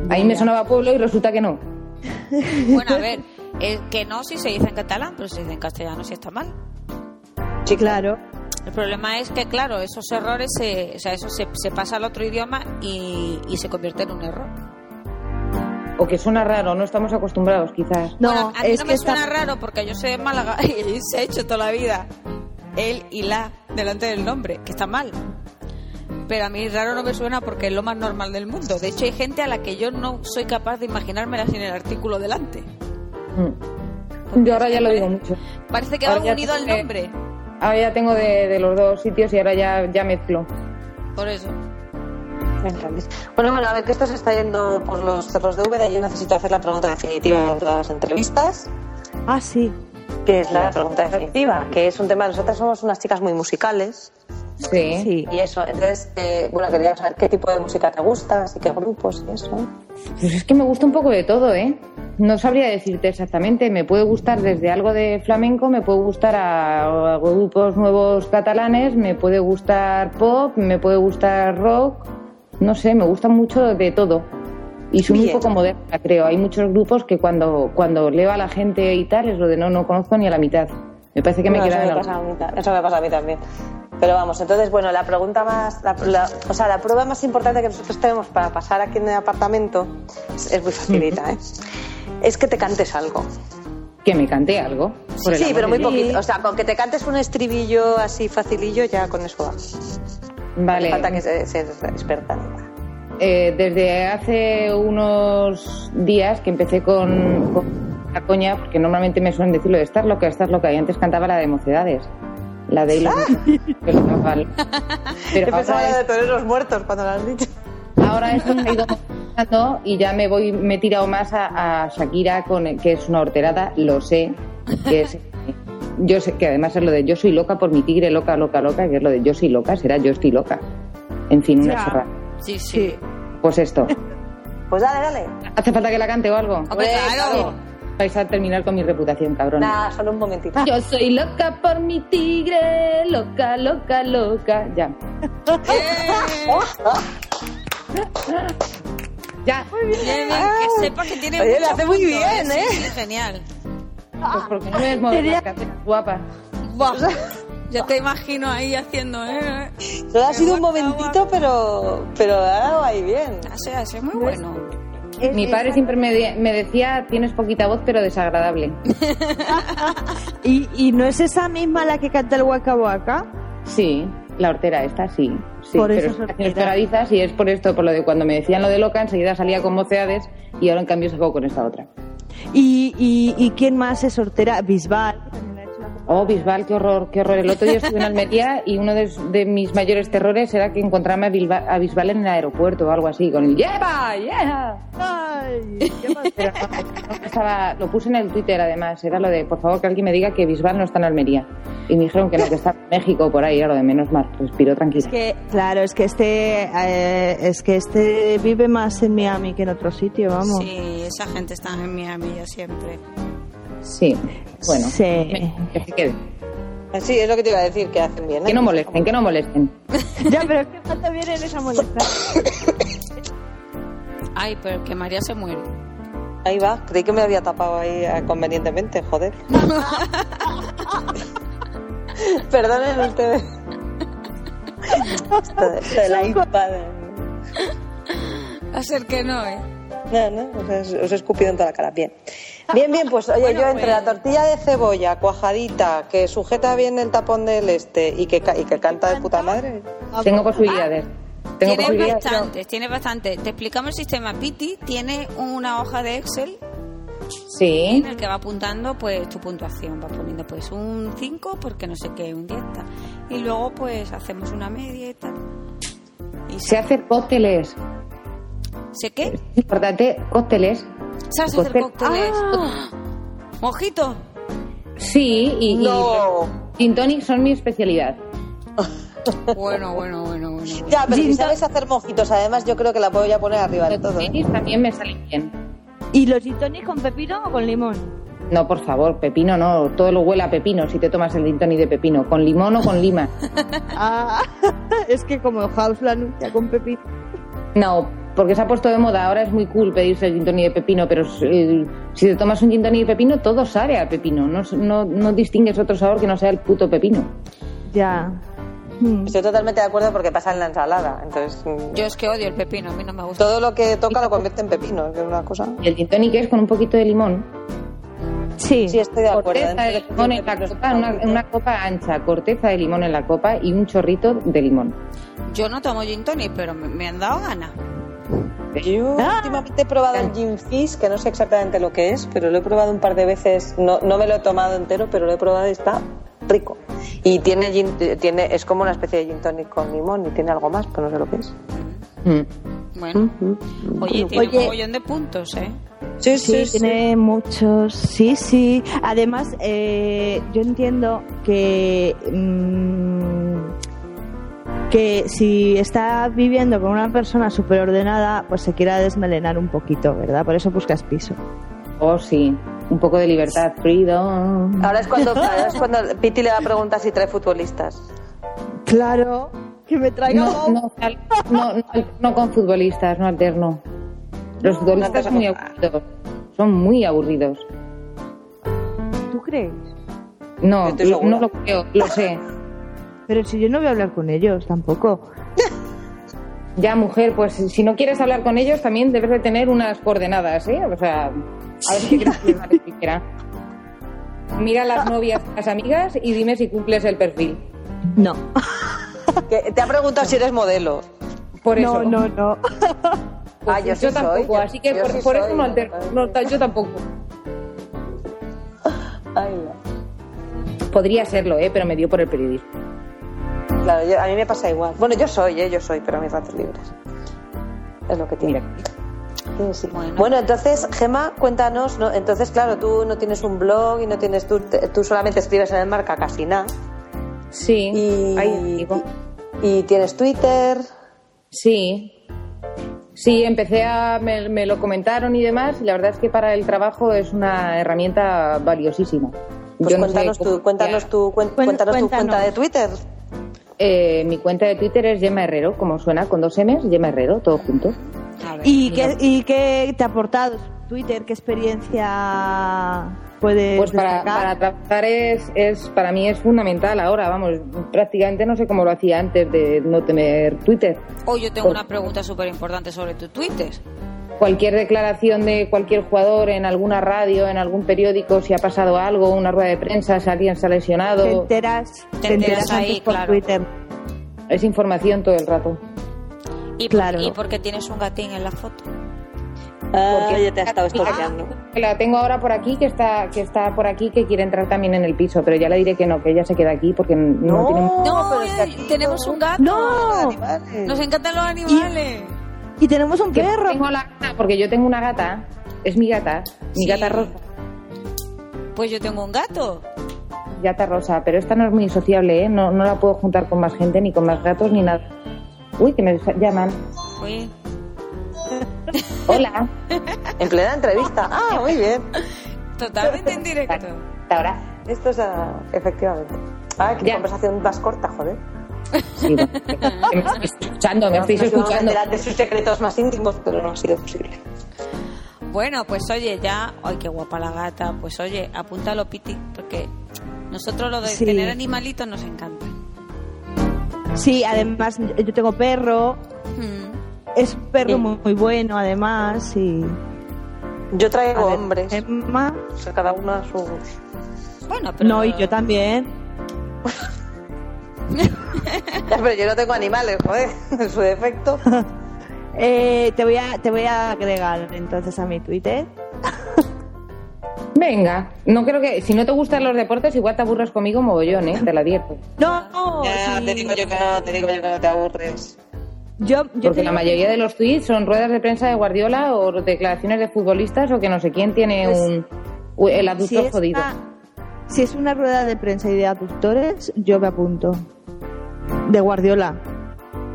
Speaker 5: Ahí me sonaba pueblo y resulta que no.
Speaker 1: Bueno, a ver, eh, que no si se dice en catalán, pero si se dice en castellano sí está mal.
Speaker 2: Sí, claro.
Speaker 1: El problema es que, claro, esos errores, se, o sea, eso se, se pasa al otro idioma y, y se convierte en un error.
Speaker 5: O que suena raro, no estamos acostumbrados quizás.
Speaker 2: No,
Speaker 1: Bueno, a mí
Speaker 2: es
Speaker 1: no
Speaker 2: que
Speaker 1: me
Speaker 2: está-
Speaker 1: suena raro porque yo soy de Málaga y se ha hecho toda la vida él y la delante del nombre, que está mal. Pero a mí raro no me suena porque es lo más normal del mundo. De hecho, hay gente a la que yo no soy capaz de imaginármela sin el artículo delante.
Speaker 5: Mm. Yo ahora ya lo digo mucho.
Speaker 1: Parece que
Speaker 5: Ahora
Speaker 1: va
Speaker 5: ya
Speaker 1: unido al
Speaker 5: tiene-
Speaker 1: nombre.
Speaker 5: Ahora ya tengo de, de los dos sitios y ahora ya, ya mezclo.
Speaker 1: Por eso.
Speaker 3: Entendéis. Bueno, bueno, a ver que esto se está yendo por los cerros de Úbeda y yo necesito hacer la pregunta definitiva de todas las entrevistas,
Speaker 5: eh.
Speaker 2: Ah, sí.
Speaker 3: que es la pregunta definitiva, que es un tema, nosotras somos unas chicas muy musicales
Speaker 5: Sí.
Speaker 2: Sí.
Speaker 3: y eso, entonces, eh, bueno, quería saber qué tipo de música te gusta, así qué grupos y eso.
Speaker 5: Pues es que me gusta un poco de todo, ¿eh? No sabría decirte exactamente. Me puede gustar desde algo de flamenco, me puede gustar a, a grupos nuevos catalanes, me puede gustar pop, me puede gustar rock. No sé, me gusta mucho de todo. Y soy
Speaker 3: Bien.
Speaker 5: un poco moderna, creo. Hay muchos grupos que cuando, cuando leo a la gente y tal es lo de no, no conozco ni a la mitad. Me parece que me
Speaker 3: No,
Speaker 5: queda
Speaker 3: eso,
Speaker 5: en
Speaker 3: me
Speaker 5: algo.
Speaker 3: pasa a mí, ta- eso me pasa a mí también. Pero vamos, entonces, bueno, la pregunta más, la- la- o sea, la prueba más importante que nosotros tenemos para pasar aquí en el apartamento es, es muy facilita, ¿eh? Es que te cantes algo.
Speaker 5: Que me cante algo. por el
Speaker 3: Sí,
Speaker 5: amor
Speaker 3: pero
Speaker 5: de
Speaker 3: muy
Speaker 5: Dios.
Speaker 3: poquito. O sea, con que te cantes un estribillo así facilillo, ya con eso va. No
Speaker 5: Vale.
Speaker 3: falta que se, se experta. ni nada.
Speaker 5: Eh, desde hace unos días que empecé con, con la coña, porque normalmente me suelen decir lo de estar loca, estar loca, y antes cantaba la de mocedades, la de Hilo pero, no vale. Pero
Speaker 3: Yo pensaba
Speaker 5: ahora,
Speaker 3: ya de
Speaker 5: es-
Speaker 3: toreros muertos cuando lo has dicho.
Speaker 5: ahora esto se ha ido modificando y ya me voy, me he tirado más a, a Shakira, con, que es una horterada, lo sé, que es- yo sé que además es lo de yo soy loca por mi tigre, loca, loca, loca, que es lo de yo soy loca, será yo estoy loca. En fin, una
Speaker 2: Ya.
Speaker 5: chorrada.
Speaker 1: Sí, sí.
Speaker 5: Pues esto.
Speaker 3: Pues dale, dale.
Speaker 5: ¿Hace falta que la cante o algo?
Speaker 1: Hombre, claro.
Speaker 5: Vais a terminar con mi reputación, cabrón.
Speaker 3: Nada, solo un momentito.
Speaker 5: Yo soy loca por mi tigre, loca, loca, loca. Ya.
Speaker 3: Oh,
Speaker 5: ya.
Speaker 1: Bien, bien, que sepa que tiene
Speaker 3: Oye,
Speaker 1: mucho
Speaker 3: lo hace muy
Speaker 1: punto,
Speaker 3: bien, ¿eh?
Speaker 1: Sí, sí, genial.
Speaker 5: Pues porque no me desmodes
Speaker 2: Tenía-
Speaker 5: las canciones guapas.
Speaker 1: Buah, ya te imagino ahí haciendo, ¿eh?
Speaker 3: Solo ha sido un momentito, pero, pero ha dado ahí bien.
Speaker 1: O sea, eso es muy bueno.
Speaker 2: Es-
Speaker 5: Mi
Speaker 2: es-
Speaker 5: padre siempre me, de- me decía, tienes poquita voz, pero desagradable.
Speaker 2: ¿Y, y no es esa misma la que canta el Waka Waka?
Speaker 5: Sí, la hortera esta, sí. sí
Speaker 2: Por
Speaker 5: pero
Speaker 2: eso es
Speaker 5: es
Speaker 2: hortera.
Speaker 5: canciones pegadizas y es por esto, por lo de cuando me decían lo de loca, enseguida salía con mocedades y ahora en cambio salgo con esta otra.
Speaker 2: ¿Y, y, y quién más es soltera? Bisbal.
Speaker 5: Oh, Bisbal, qué horror, qué horror. El otro día estuve en Almería y uno de, de mis mayores terrores era que encontrarme a, Bilba- a Bisbal en el aeropuerto o algo así, con el ¡Lleva! ¡Yeah!
Speaker 2: Ay, qué mal-
Speaker 5: Pero no, no estaba- lo puse en el Twitter además, era lo de por favor que alguien me diga que Bisbal no está en Almería. Y me dijeron que no, que está en México o por ahí, era lo de menos mal, respiro tranquilo.
Speaker 2: que, claro, es que este eh, es que este vive más en Miami que en otro sitio, vamos.
Speaker 1: Sí, esa gente está en Miami ya siempre.
Speaker 5: Sí, bueno,
Speaker 2: Sí.
Speaker 5: me- que se quede.
Speaker 3: Sí, es lo que te iba a decir, que hacen bien. ¿eh?
Speaker 5: Que no molesten, que no molesten.
Speaker 2: Ya, pero es que falta bien en esa molestia.
Speaker 1: Ay, pero que María se muere.
Speaker 3: Ahí va, creí que me había tapado ahí eh, convenientemente, joder. Perdonen ustedes. Esto de- esto de la iPad.
Speaker 1: A ser que no, ¿eh?
Speaker 3: No, no, os, he- os he escupido en toda la cara. Bien. Bien, bien, pues oye, yo entre la tortilla de cebolla cuajadita, que sujeta bien el tapón del este y que, ca- y que canta de puta madre.
Speaker 2: Ah,
Speaker 5: Tengo posibilidades. Tengo
Speaker 1: Tienes
Speaker 5: posibilidades. pero-
Speaker 1: bastantes, tienes bastantes. Te explicamos el sistema. Piti tiene una hoja de Excel
Speaker 5: Sí,
Speaker 1: en el que va apuntando pues tu puntuación, va poniendo pues un 5 porque no sé qué, un 10 tal. y luego pues hacemos una media y tal. Y
Speaker 5: se
Speaker 1: se
Speaker 5: hace cócteles.
Speaker 1: ¿Sé qué?
Speaker 5: Importante, cócteles.
Speaker 1: ¿Sabes hacer
Speaker 5: Cóctel.
Speaker 1: cócteles?
Speaker 5: ¡Ah!
Speaker 1: Mojito.
Speaker 5: Sí, y, y
Speaker 3: No.
Speaker 5: gin tonic son mi especialidad.
Speaker 1: Bueno, bueno, bueno, bueno. bueno.
Speaker 3: Ya, pero si sabes hacer mojitos, además yo creo que la puedo ya poner arriba de
Speaker 5: Los
Speaker 3: todo.
Speaker 5: gin
Speaker 3: ¿eh?
Speaker 5: tonics también me salen bien.
Speaker 2: ¿Y los gitones con pepino o con limón?
Speaker 5: No, por favor, pepino no, todo lo huele a pepino si te tomas el gin tonic de pepino, con limón o con lima.
Speaker 2: Ah, es que como House la anuncia con pepino.
Speaker 5: No, porque se ha puesto de moda, ahora es muy cool pedirse el gin tonic de pepino, pero eh, si te tomas un gin tonic de pepino, todo sabe a pepino, no, no, no distingues otro sabor que no sea el puto pepino.
Speaker 2: Ya. Hmm.
Speaker 3: Estoy totalmente de acuerdo porque pasa en la ensalada. Entonces, mm,
Speaker 1: Yo es que odio el pepino, a mí no me gusta.
Speaker 3: todo lo que toca lo convierte en pepino, que es una cosa.
Speaker 5: Y el gin tonic es con un poquito de limón,
Speaker 2: Sí.
Speaker 3: Sí, estoy de acuerdo. ¿eh? pues,
Speaker 5: corteza de limón en la copa, una, una copa ancha, corteza de limón en la copa y un chorrito de limón.
Speaker 1: Yo no tomo gin tonic, pero me, me han dado ganas.
Speaker 3: Yo
Speaker 5: Ah.
Speaker 3: últimamente he probado el gin fizz, que no sé exactamente lo que es, pero lo he probado un par de veces. No, no me lo he tomado entero, pero lo he probado y está rico. Y tiene gin- tiene es como una especie de gin tonic con limón y tiene algo más, pero no sé lo que es.
Speaker 5: Mm.
Speaker 1: Bueno, oye, tiene
Speaker 2: Oye.
Speaker 1: un mogollón de puntos, ¿eh?
Speaker 3: Sí,
Speaker 2: Sí, tiene muchos. Sí, sí. Además, eh, yo entiendo que. mm, que si está viviendo con una persona súper ordenada, pues se quiera desmelenar un poquito, ¿verdad? Por eso buscas piso.
Speaker 5: Oh, sí, un poco de libertad, freedom.
Speaker 3: Ahora es cuando, ahora es cuando Piti le va a preguntar si trae futbolistas.
Speaker 2: Claro, que me traiga
Speaker 5: No,
Speaker 2: un-
Speaker 5: no, al- no, no, alterno con futbolistas, no alterno. Los futbolistas son muy aburridos. Son muy aburridos.
Speaker 2: ¿Tú crees?
Speaker 5: No,
Speaker 3: Estoy
Speaker 5: lo-
Speaker 3: segura.
Speaker 5: no lo creo, lo sé.
Speaker 2: Pero si yo no voy a hablar con ellos tampoco.
Speaker 5: Ya, mujer, pues si no quieres hablar con ellos, también debes de tener unas coordenadas, ¿eh? O sea, a ver si quieres que les dijera. Mira las novias, las amigas y dime si cumples el perfil.
Speaker 2: No.
Speaker 3: Que te ha preguntado si eres modelo.
Speaker 5: Por eso.
Speaker 2: No, no, no.
Speaker 5: Pues
Speaker 3: Ah, yo sí soy,
Speaker 5: tampoco,
Speaker 3: yo-
Speaker 5: así que
Speaker 3: yo
Speaker 5: por,
Speaker 3: sí
Speaker 5: por
Speaker 3: soy,
Speaker 5: eso no alterno.
Speaker 3: totalmente.
Speaker 5: No, ta- yo tampoco.
Speaker 3: Ay, no.
Speaker 5: Podría serlo, ¿eh? Pero me dio por el periodismo.
Speaker 3: Claro, yo- a mí me pasa igual. Bueno, yo soy, ¿eh? yo soy, pero a mis ratos libres. Es lo que tiene.
Speaker 5: Mira.
Speaker 3: Sí, sí.
Speaker 1: Bueno.
Speaker 3: Bueno. entonces, Gema, cuéntanos. ¿no? Entonces, claro, tú no tienes un blog y no tienes. Tú, te- tú solamente escribes en el marca casi nada.
Speaker 5: Sí.
Speaker 3: Y,
Speaker 5: Ahí digo.
Speaker 3: Pues y, y tienes Twitter.
Speaker 5: Sí. Sí, empecé a. Me, me lo comentaron y demás, y la verdad es que para el trabajo es una herramienta valiosísima.
Speaker 3: Pues
Speaker 5: Yo no sé
Speaker 3: cuéntanos,
Speaker 5: cómo-
Speaker 3: tu, cuéntanos, tu, cuen-
Speaker 2: Cuen-
Speaker 3: cuéntanos tu
Speaker 2: cuéntanos.
Speaker 3: cuenta de Twitter.
Speaker 5: Eh, mi cuenta de Twitter es Gemma Herrero, como suena, con dos M's, Gemma Herrero, todo junto.
Speaker 2: ¿Y qué, ¿Y qué te ha aportado Twitter? ¿Qué experiencia puedes
Speaker 5: Pues para,
Speaker 2: destacar?
Speaker 5: para trabajar es, es, para mí es fundamental ahora, vamos, prácticamente no sé cómo lo hacía antes de no tener Twitter.
Speaker 1: Oh, yo tengo una pregunta súper importante sobre tu Twitter.
Speaker 5: Cualquier declaración de cualquier jugador en alguna radio, en algún periódico, si ha pasado algo, una rueda de prensa, si alguien se ha
Speaker 2: Te
Speaker 5: lesionado,
Speaker 2: enteras,
Speaker 1: Te
Speaker 2: antes
Speaker 1: enteras ahí,
Speaker 2: por
Speaker 1: claro.
Speaker 2: Twitter.
Speaker 5: es información todo el rato.
Speaker 1: Y, por-
Speaker 2: Claro.
Speaker 1: y porque tienes un gatín en la foto.
Speaker 3: Ah, ya te ha estado stalkeando.
Speaker 5: La tengo ahora por aquí, que está, que está por aquí, que quiere entrar también en el piso, pero ya le diré que no, que ella se queda aquí porque no, tiene...
Speaker 1: No,
Speaker 3: pero es que
Speaker 1: eh,
Speaker 3: aquí
Speaker 1: tenemos
Speaker 3: no-
Speaker 1: un gato.
Speaker 2: ¡No!
Speaker 3: Animales.
Speaker 1: Nos encantan los animales.
Speaker 2: Y tenemos un
Speaker 5: Que
Speaker 2: perro.
Speaker 5: tengo la gata, porque yo tengo una gata, es mi gata, mi
Speaker 1: Sí.
Speaker 5: gata rosa,
Speaker 1: Pues yo tengo un gato.
Speaker 5: gata rosa, pero esta no es muy sociable, ¿eh? no, no la puedo juntar con más gente, ni con más gatos, ni nada. Uy, que me llaman.
Speaker 1: Uy.
Speaker 5: Hola.
Speaker 3: En plena entrevista. Ah, muy bien.
Speaker 1: Totalmente en directo.
Speaker 5: Hasta ahora.
Speaker 3: Esto es ah, efectivamente. Ah, qué
Speaker 5: Ya.
Speaker 3: conversación más corta, joder.
Speaker 5: Sí, va. Que me estáis escuchando, me estáis
Speaker 3: Nos llevamos
Speaker 5: escuchando.
Speaker 3: delante sus secretos más íntimos, pero no ha sido posible.
Speaker 1: Bueno, pues oye, ya. Ay, qué guapa la gata. Pues oye, apúntalo, Piti, porque nosotros lo de
Speaker 2: Sí.
Speaker 1: tener animalitos nos encanta.
Speaker 2: Sí, además yo tengo perro.
Speaker 1: Mm.
Speaker 2: Es un perro
Speaker 5: Sí.
Speaker 2: muy, muy bueno, además. Y...
Speaker 3: Yo traigo
Speaker 2: A ver,
Speaker 3: hombres.
Speaker 2: Emma.
Speaker 3: O sea, cada uno a su.
Speaker 1: Bueno, pero.
Speaker 2: No, y yo también.
Speaker 3: Ya, pero yo no tengo animales, joder. En su defecto.
Speaker 2: Eh, te, voy a, te voy a agregar entonces a mi Twitter.
Speaker 5: Venga, no creo que. Si no te gustan los deportes, igual te aburres conmigo mogollón, ¿eh? Te la advierto.
Speaker 2: No, no, sí.
Speaker 3: yo que no, te digo yo que no te aburres.
Speaker 2: yo, yo
Speaker 5: Porque
Speaker 2: te-
Speaker 5: la mayoría de los tweets son ruedas de prensa de Guardiola o declaraciones de futbolistas o que no sé quién tiene
Speaker 2: Pues-
Speaker 5: un. u- El adulto
Speaker 2: si es,
Speaker 5: jodido.
Speaker 2: una, si es una rueda de prensa y de aductores, yo me apunto. De Guardiola.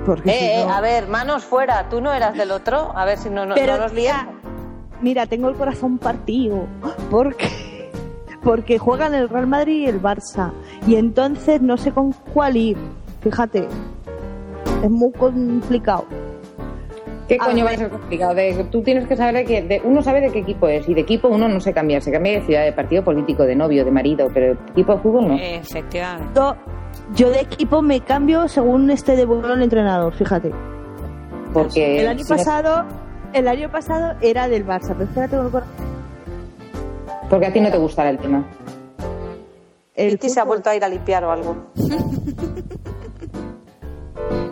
Speaker 2: Porque si
Speaker 3: Eh, eh,
Speaker 2: no-
Speaker 3: a ver, manos fuera. Tú no eras del otro. A ver si no, no,
Speaker 2: Pero
Speaker 3: no nos
Speaker 2: mira,
Speaker 3: liamos.
Speaker 2: mira, tengo el corazón partido. Porque, porque juegan el Real Madrid y el Barça. Y entonces no sé con cuál ir. Fíjate. Es muy complicado.
Speaker 5: ¿Qué
Speaker 2: A
Speaker 5: coño va
Speaker 2: ver.
Speaker 5: a ser complicado? De- tú tienes que saber de que de- uno sabe de qué equipo es y de equipo uno no se cambia, se cambia de ciudad, de partido político, de novio, de marido, pero equipo de fútbol
Speaker 2: Eh,
Speaker 5: no.
Speaker 1: Efectivamente.
Speaker 2: Yo, yo de equipo me cambio según esté de bueno el entrenador, fíjate.
Speaker 5: Porque
Speaker 2: El año
Speaker 5: si no-
Speaker 2: pasado, el año pasado era del Barça, pero es que ahora tengo el corazón.
Speaker 5: porque a ti no te gustará el tema.
Speaker 2: el
Speaker 3: Piti se ha
Speaker 2: fútbol.
Speaker 3: vuelto a ir a limpiar o algo.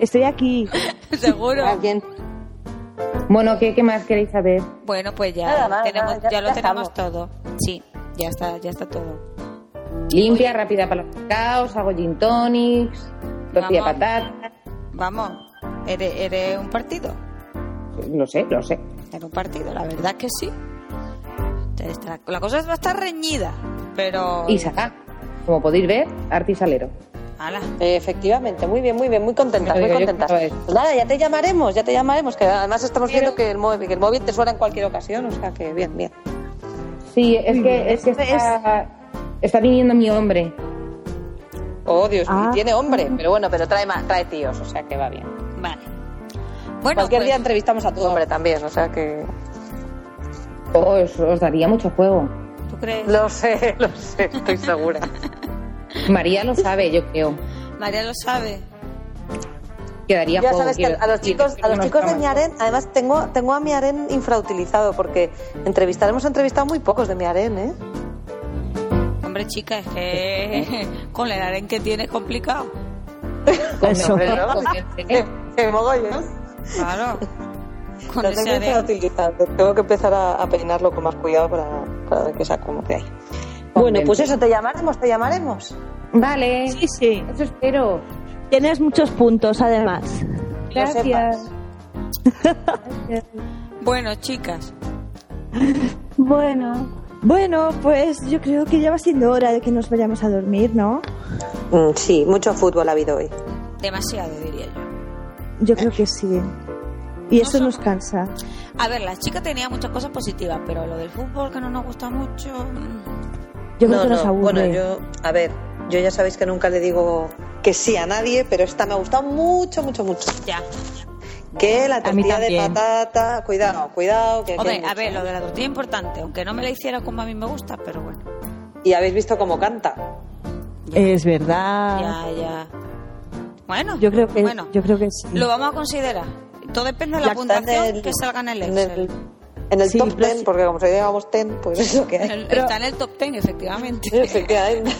Speaker 2: Estoy aquí.
Speaker 1: Seguro.
Speaker 3: Alguien.
Speaker 5: Bueno, ¿qué, qué más queréis saber?
Speaker 1: Bueno, pues ya
Speaker 3: Nada más,
Speaker 1: tenemos,
Speaker 3: nada,
Speaker 1: ya,
Speaker 3: ya-
Speaker 1: lo
Speaker 3: ya
Speaker 1: tenemos
Speaker 3: estamos.
Speaker 1: todo. Sí, ya está, ya está todo.
Speaker 5: Limpia, rápida para los caos, hago gin tonics, tortilla
Speaker 1: Vamos.
Speaker 5: patata,
Speaker 1: Vamos, eres, eres un partido.
Speaker 5: lo sé, lo sé.
Speaker 1: Eres un partido, la verdad que sí. Entonces, la- La cosa va a estar reñida, pero.
Speaker 5: Y saca, como podéis ver, artisalero.
Speaker 1: Ala.
Speaker 3: Eh, Efectivamente, muy bien, muy bien, muy contentas,
Speaker 5: Me lo
Speaker 3: muy
Speaker 5: digo yo
Speaker 3: contentas.
Speaker 5: cada vez.
Speaker 3: Pues nada, ya te llamaremos, ya te llamaremos, que además estamos viendo que el móvil, que el móvil te suena en cualquier ocasión, o sea que bien, bien.
Speaker 5: Sí, es que, es que está, está viniendo mi hombre.
Speaker 3: Oh, Dios mío,
Speaker 2: Ah.
Speaker 3: tiene hombre, pero bueno, pero trae más, trae tíos, o sea que va bien.
Speaker 1: Vale. Bueno,
Speaker 3: cualquier
Speaker 1: pues,
Speaker 3: día entrevistamos a tu hombre también, o sea que
Speaker 5: Oh, os, os daría mucho juego.
Speaker 1: ¿tú crees?
Speaker 3: lo sé, lo sé, estoy segura.
Speaker 5: María lo sabe, yo creo.
Speaker 1: María lo sabe.
Speaker 5: Quedaría
Speaker 3: Ya
Speaker 5: juego.
Speaker 3: sabes que
Speaker 5: quiero
Speaker 3: a los
Speaker 5: decir,
Speaker 3: chicos, a los
Speaker 5: no
Speaker 3: chicos
Speaker 5: está
Speaker 3: de
Speaker 5: mal.
Speaker 3: Miaren, además tengo, tengo a Miaren infrautilizado, porque entrevistar hemos entrevistado muy pocos de Miaren, ¿eh?
Speaker 1: Hombre, chica, es que con el aren que tiene es complicado.
Speaker 5: Con
Speaker 2: Eso.
Speaker 5: hombre,
Speaker 3: ¿Verdad?
Speaker 5: con
Speaker 3: Eh,
Speaker 5: hombre.
Speaker 3: eh, mogollón.
Speaker 1: Claro. Con
Speaker 3: Lo
Speaker 1: ese
Speaker 3: tengo
Speaker 1: aren.
Speaker 3: infrautilizado. Tengo que empezar a, a peinarlo con más cuidado para, para ver que saco lo que hay. Bueno, pues eso, te llamaremos, te llamaremos.
Speaker 5: Vale,
Speaker 2: Sí, sí.
Speaker 5: eso espero.
Speaker 2: Tienes muchos puntos, además.
Speaker 5: Gracias.
Speaker 1: Bueno, chicas,
Speaker 2: Bueno. Bueno, pues yo creo que ya va siendo hora de que nos vayamos a dormir, ¿no?
Speaker 3: Mm, sí, mucho fútbol ha habido hoy.
Speaker 1: demasiado diría yo.
Speaker 2: Yo creo que sí. Y eso
Speaker 1: son-
Speaker 2: nos cansa.
Speaker 1: A ver, la chica tenía muchas cosas positivas, pero lo del fútbol que no nos gusta mucho. mm.
Speaker 2: Yo creo
Speaker 3: No,
Speaker 2: que nos
Speaker 3: no,
Speaker 2: aburre.
Speaker 3: Bueno, yo, a ver, yo ya sabéis que nunca le digo que sí a nadie, pero esta me ha gustado mucho, mucho, mucho.
Speaker 1: Ya.
Speaker 3: Que la
Speaker 6: A mí
Speaker 3: tortilla de
Speaker 6: también.
Speaker 3: patata, cuidado, cuidado. Que, que hay
Speaker 1: Hombre, a
Speaker 3: mucho.
Speaker 1: ver, lo de la tortilla es importante, aunque no me la hiciera como a mí me gusta, pero bueno.
Speaker 3: Y habéis visto cómo canta.
Speaker 6: Es verdad.
Speaker 1: Ya, ya. Bueno,
Speaker 2: Ah. Yo creo que
Speaker 1: bueno,
Speaker 2: yo creo que sí.
Speaker 1: lo vamos a considerar. Todo depende de
Speaker 3: está
Speaker 1: la,
Speaker 3: en
Speaker 1: puntuación
Speaker 3: el-
Speaker 1: que salga en el
Speaker 3: en
Speaker 1: Excel.
Speaker 3: el- en el
Speaker 6: Sí,
Speaker 3: top
Speaker 6: pero
Speaker 3: 10, porque como se llamamos 10, pues eso que
Speaker 1: En
Speaker 3: hay.
Speaker 1: el- está en el top ten, efectivamente.
Speaker 3: Efectivamente.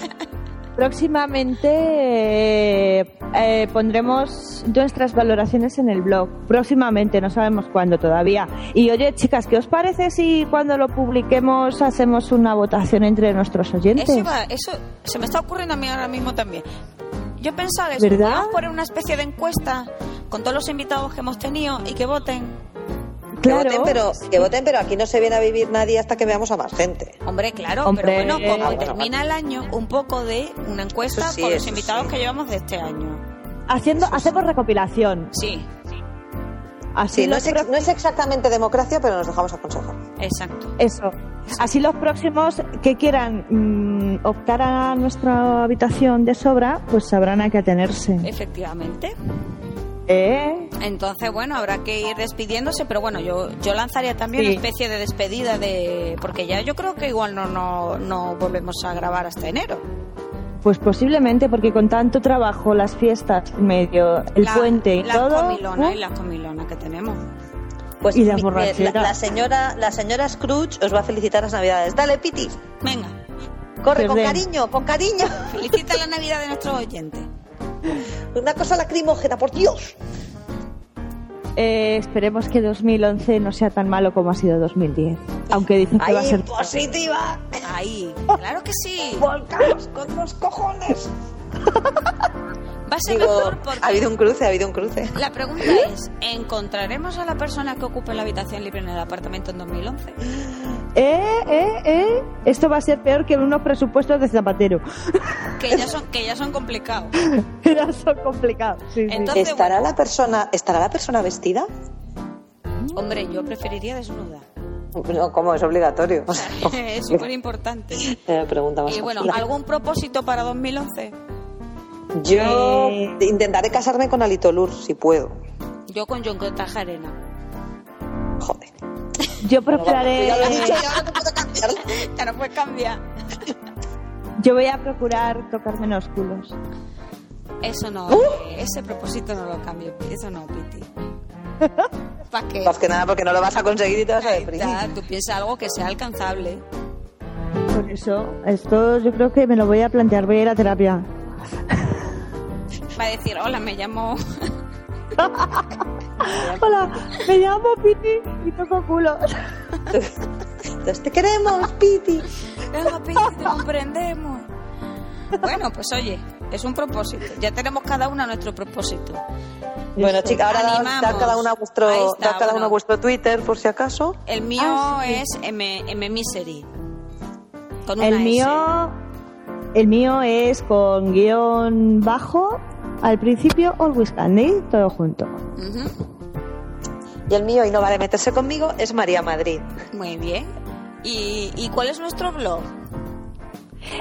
Speaker 2: Próximamente eh, eh, pondremos nuestras valoraciones en el blog. Próximamente, no sabemos cuándo todavía. Y oye, chicas, ¿qué os parece si cuando lo publiquemos hacemos una votación entre nuestros oyentes?
Speaker 1: Eso, iba- eso se me está ocurriendo a mí ahora mismo también. Yo pensaba eso,
Speaker 2: ¿Verdad?
Speaker 1: podemos poner una especie de encuesta con todos los invitados que hemos tenido y que voten.
Speaker 2: claro.
Speaker 3: Que voten, pero, que voten, pero aquí no se viene a vivir nadie hasta que veamos a más gente.
Speaker 1: Hombre, claro,
Speaker 2: Hombre.
Speaker 1: pero bueno, como
Speaker 3: Ah, bueno,
Speaker 1: termina el año, un poco de una encuesta
Speaker 3: Eso sí,
Speaker 1: con los
Speaker 3: eso
Speaker 1: invitados
Speaker 3: sí.
Speaker 1: que llevamos de este año.
Speaker 2: Haciendo, hacemos recopilación.
Speaker 1: Sí,
Speaker 2: Así
Speaker 3: Sí, no
Speaker 2: los
Speaker 3: es, ex-
Speaker 2: pro-
Speaker 3: no es exactamente democracia, pero nos dejamos aconsejar.
Speaker 1: exacto.
Speaker 2: Eso. Así los próximos que quieran mm, optar a nuestra habitación de sobra, pues sabrán a qué atenerse.
Speaker 1: Efectivamente.
Speaker 2: ¿Eh?
Speaker 1: Entonces, bueno, habrá que ir despidiéndose, pero bueno, yo, yo lanzaría también
Speaker 2: Sí.
Speaker 1: una especie de despedida de... Porque ya yo creo que igual no, no, no volvemos a grabar hasta enero.
Speaker 2: Pues posiblemente, porque con tanto trabajo, las fiestas, medio, el
Speaker 1: La-
Speaker 2: puente y
Speaker 1: la
Speaker 2: todo.
Speaker 1: comilona
Speaker 2: ¿eh?
Speaker 1: y la comilona que tenemos.
Speaker 3: Pues
Speaker 2: Y las
Speaker 3: mi- mi-
Speaker 2: borracheras.
Speaker 3: la, la señora, la señora Scrooge os va a felicitar las navidades. Dale, Piti,
Speaker 1: Venga,
Speaker 3: corre con
Speaker 2: Perdón.
Speaker 3: cariño, con cariño.
Speaker 1: felicita la Navidad de nuestros oyentes.
Speaker 3: Una cosa lacrimógena, por Dios.
Speaker 2: Eh, esperemos que 2011 no sea tan malo como ha sido 2010. Aunque dicen que va a
Speaker 3: Ahí,
Speaker 2: ser.
Speaker 3: positiva.
Speaker 1: Ahí, claro que sí.
Speaker 3: Volcamos con los cojones.
Speaker 1: Va a ser
Speaker 3: Digo,
Speaker 1: mejor
Speaker 3: ha
Speaker 1: porque...
Speaker 3: habido un cruce, ha habido un cruce.
Speaker 1: La pregunta es, ¿encontraremos a la persona que ocupe la habitación libre en el apartamento en 2011?
Speaker 2: Eh, eh, eh. Esto va a ser peor que unos presupuestos de Zapatero.
Speaker 1: Que ya son, que ya son complicados.
Speaker 2: Era eso complicado. Sí, sí.
Speaker 1: Entonces,
Speaker 3: ¿Estará la persona, estará la persona vestida?
Speaker 1: hombre, yo preferiría desnuda.
Speaker 3: No, como es obligatorio.
Speaker 1: es súper importante.
Speaker 3: Eh, pregunta más
Speaker 1: Y bueno,
Speaker 3: fácil.
Speaker 1: ¿algún propósito para 2011?
Speaker 3: yo intentaré casarme con Alitolur si puedo.
Speaker 1: Yo con John Cartagena.
Speaker 3: Joder.
Speaker 2: Yo
Speaker 3: Ya lo he
Speaker 2: procuraré. eh,
Speaker 3: dicho, ya no puedo cambiarlo.
Speaker 1: Ya no puedes cambiar.
Speaker 2: Yo voy a procurar tocar menos culos.
Speaker 1: Eso no,
Speaker 3: Uh.
Speaker 1: eh, ese propósito no lo cambio. Eso no, Piti. ¿Para qué?
Speaker 3: Más que nada porque no lo vas a conseguir y te vas a
Speaker 1: Ahí
Speaker 3: deprimir.
Speaker 1: está, Tú piensas algo que sea alcanzable.
Speaker 2: Por eso, esto yo creo que me lo voy a plantear. Voy a ir a terapia.
Speaker 1: Va a decir, hola, me llamo...
Speaker 2: Hola, me llamo Piti y toco culos.
Speaker 3: Entonces, te queremos, Piti.
Speaker 1: Venga, Piti, te comprendemos. Bueno, pues oye, es un propósito. Ya tenemos cada una nuestro propósito.
Speaker 3: Bueno, chica, ahora da,
Speaker 1: Animamos.
Speaker 3: da cada una vuestro,
Speaker 1: Ahí está,
Speaker 3: da cada
Speaker 1: bueno.
Speaker 3: una vuestro Twitter, por si acaso.
Speaker 1: El mío es M, M Misery. Con una
Speaker 2: El
Speaker 1: S.
Speaker 2: mío, el mío es con guión bajo al principio Always Candy, todo junto.
Speaker 1: Ujú,
Speaker 3: Y el mío, y no vale meterse conmigo, es María Madrid.
Speaker 1: Muy bien. ¿Y, ¿Y cuál es nuestro blog?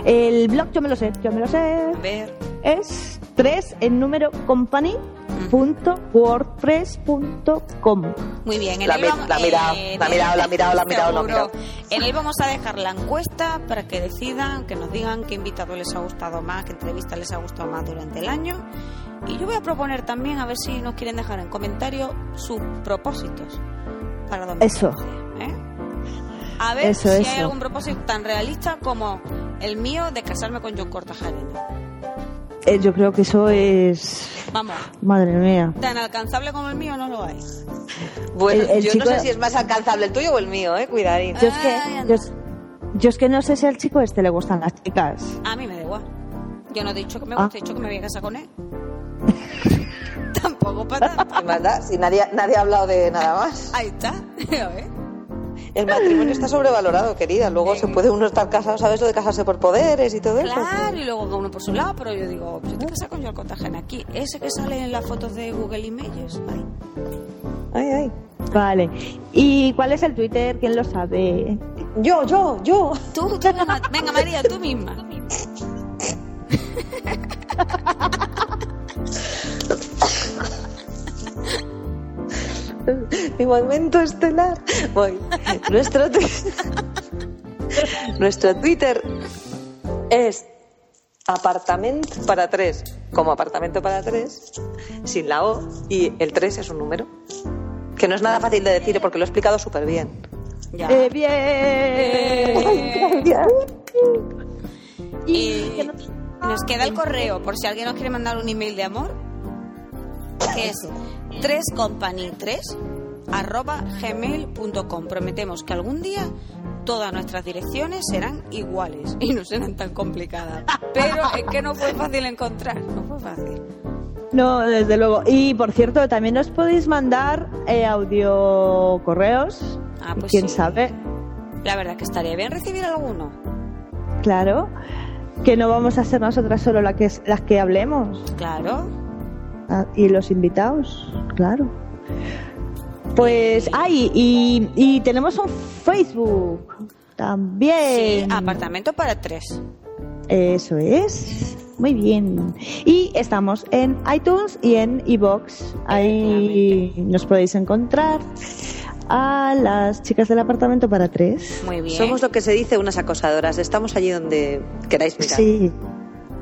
Speaker 2: El blog yo me lo sé, yo me lo sé.
Speaker 1: A ver.
Speaker 2: Es 3 en número company punto wordpress.com
Speaker 1: Muy bien, en
Speaker 3: La
Speaker 1: él
Speaker 3: mi-
Speaker 1: vamos-
Speaker 3: la ha mirado,
Speaker 1: en
Speaker 3: la ha
Speaker 1: él-
Speaker 3: mirado, la ha mirado, la ha mirado, la ha
Speaker 1: seguro.
Speaker 3: mirado.
Speaker 1: En él vamos a dejar la encuesta para que decidan, que nos digan qué invitado les ha gustado más, qué entrevista les ha gustado más durante el año. Y yo voy a proponer también, a ver si nos quieren dejar en comentario sus propósitos para 2011.
Speaker 2: Eso.
Speaker 1: ¿eh? A ver
Speaker 2: Eso,
Speaker 1: si hay
Speaker 2: eso.
Speaker 1: algún propósito tan realista como el mío de casarme con John Cortajarena.
Speaker 2: Eh, yo creo que eso es...
Speaker 1: Vamos,
Speaker 2: Madre mía.
Speaker 1: tan alcanzable como el mío no lo hay.
Speaker 3: Bueno,
Speaker 2: El- el
Speaker 3: yo
Speaker 2: chico-
Speaker 3: no sé si es más alcanzable el tuyo o el mío, eh, cuidadín.
Speaker 2: Yo es que,
Speaker 1: Ay, anda.
Speaker 2: yo es- yo es que no sé si al chico este le gustan las chicas.
Speaker 1: A mí me da igual. Yo no he dicho que me
Speaker 2: Ah.
Speaker 1: guste, he dicho que me voy a casar con él. Tampoco para tanto.
Speaker 3: ¿Qué más da? Si nadie, nadie ha hablado de nada más.
Speaker 1: Ahí está. A ver.
Speaker 3: El matrimonio está sobrevalorado, querida. Luego se puede uno estar casado, ¿sabes? Lo de casarse por poderes y todo eso.
Speaker 1: Claro, y luego cada uno por su lado, pero yo digo, "Oh, yo te casas con Joan Cortajena aquí. Ese que sale en las fotos de Google Images. Ahí.
Speaker 3: Ay, ay.
Speaker 2: Vale. ¿Y cuál es el Twitter? ¿Quién lo sabe?
Speaker 3: Yo, yo, yo.
Speaker 1: Tú, tú misma. Venga, María, tú misma.
Speaker 3: Mi momento estelar. Voy. Nuestro, tu- Nuestro Twitter es apartamento para tres. Como apartamento para tres, sin la O, y el tres es un número. Que no es nada fácil de decir porque lo he explicado súper bien.
Speaker 1: Ya.
Speaker 2: Eh, bien.
Speaker 1: Y Eh, nos queda el correo, por si alguien nos quiere mandar un email de amor, que es 3company3 arroba gmail.com. Prometemos que algún día todas nuestras direcciones serán iguales y no serán tan complicadas. Pero es que no fue fácil encontrar, no fue fácil.
Speaker 2: No, desde luego. Y por cierto, también os podéis mandar eh, audio correos.
Speaker 1: Ah, pues
Speaker 2: ¿Quién
Speaker 1: sí.
Speaker 2: sabe?
Speaker 1: La verdad que estaría bien recibir alguno.
Speaker 2: Claro. Que no vamos a ser nosotras solo las que, las que hablemos.
Speaker 1: Claro.
Speaker 2: Ah, y los invitados, claro. Pues, ay, y, y tenemos un Facebook
Speaker 1: Sí,
Speaker 2: también.
Speaker 1: apartamento para tres.
Speaker 2: Eso es. Muy bien. Y estamos en iTunes y en iBox. Ahí nos podéis encontrar a las chicas del apartamento para tres.
Speaker 1: Muy bien.
Speaker 3: Somos lo que se dice unas acosadoras. Estamos allí donde queráis mirar.
Speaker 2: Sí.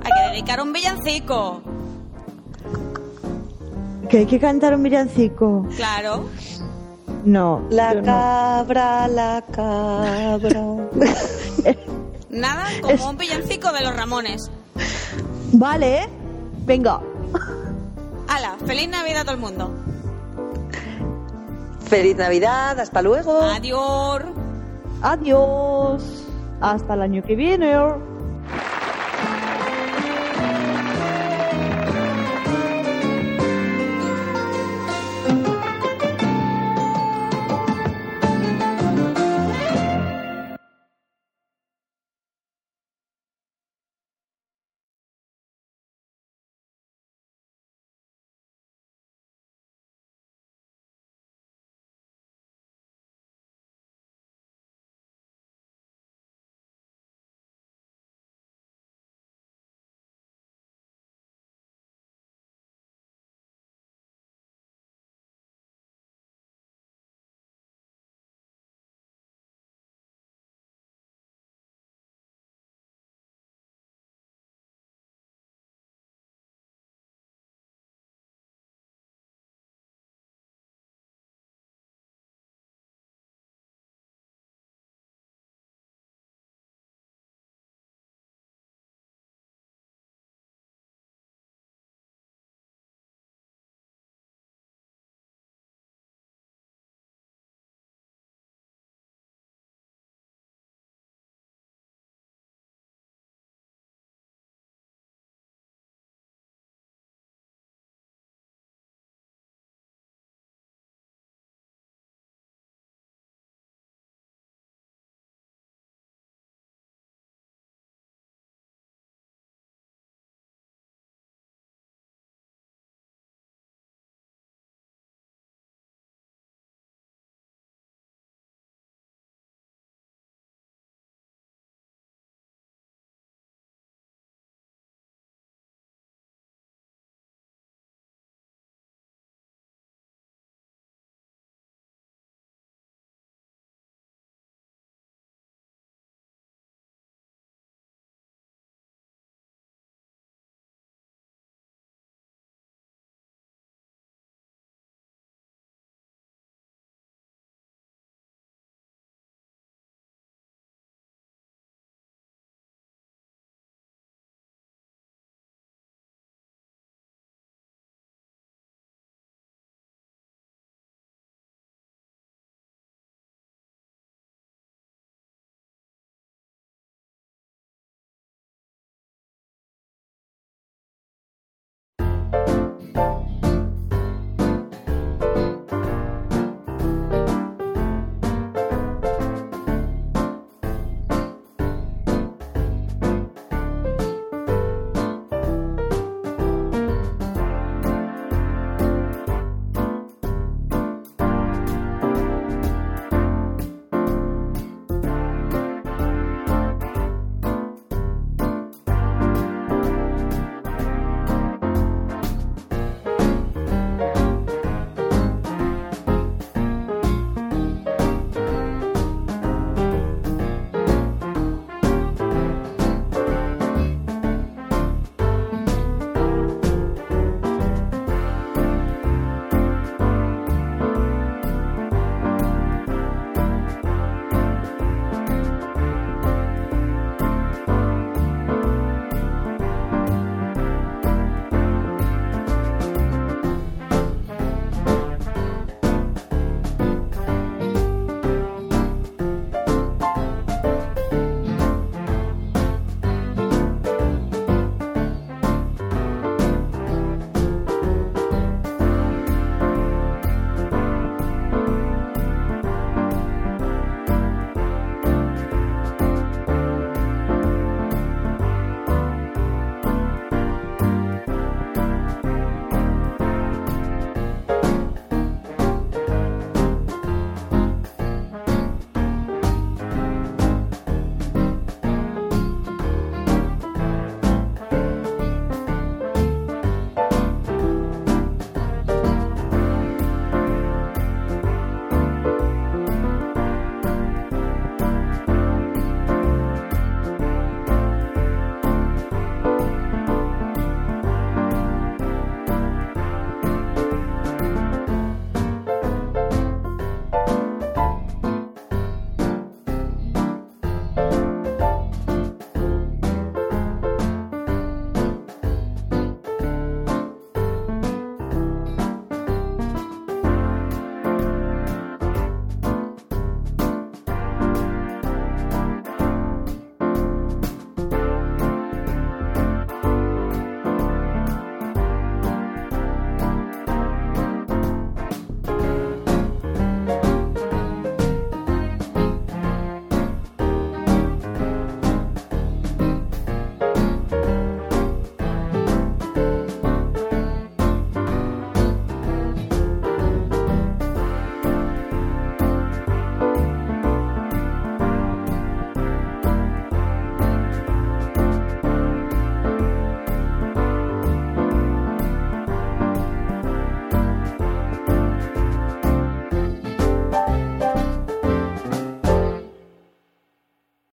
Speaker 1: Hay que dedicar un villancico.
Speaker 2: Que hay que cantar un villancico.
Speaker 1: Claro.
Speaker 2: No. yo
Speaker 3: La
Speaker 2: no.
Speaker 3: cabra, la cabra.
Speaker 1: Nada como un villancico de los Ramones.
Speaker 2: Vale. Venga.
Speaker 1: Hala, feliz Navidad a todo el mundo.
Speaker 3: Feliz Navidad, hasta luego.
Speaker 1: Adiós.
Speaker 2: Adiós. Hasta el año que viene.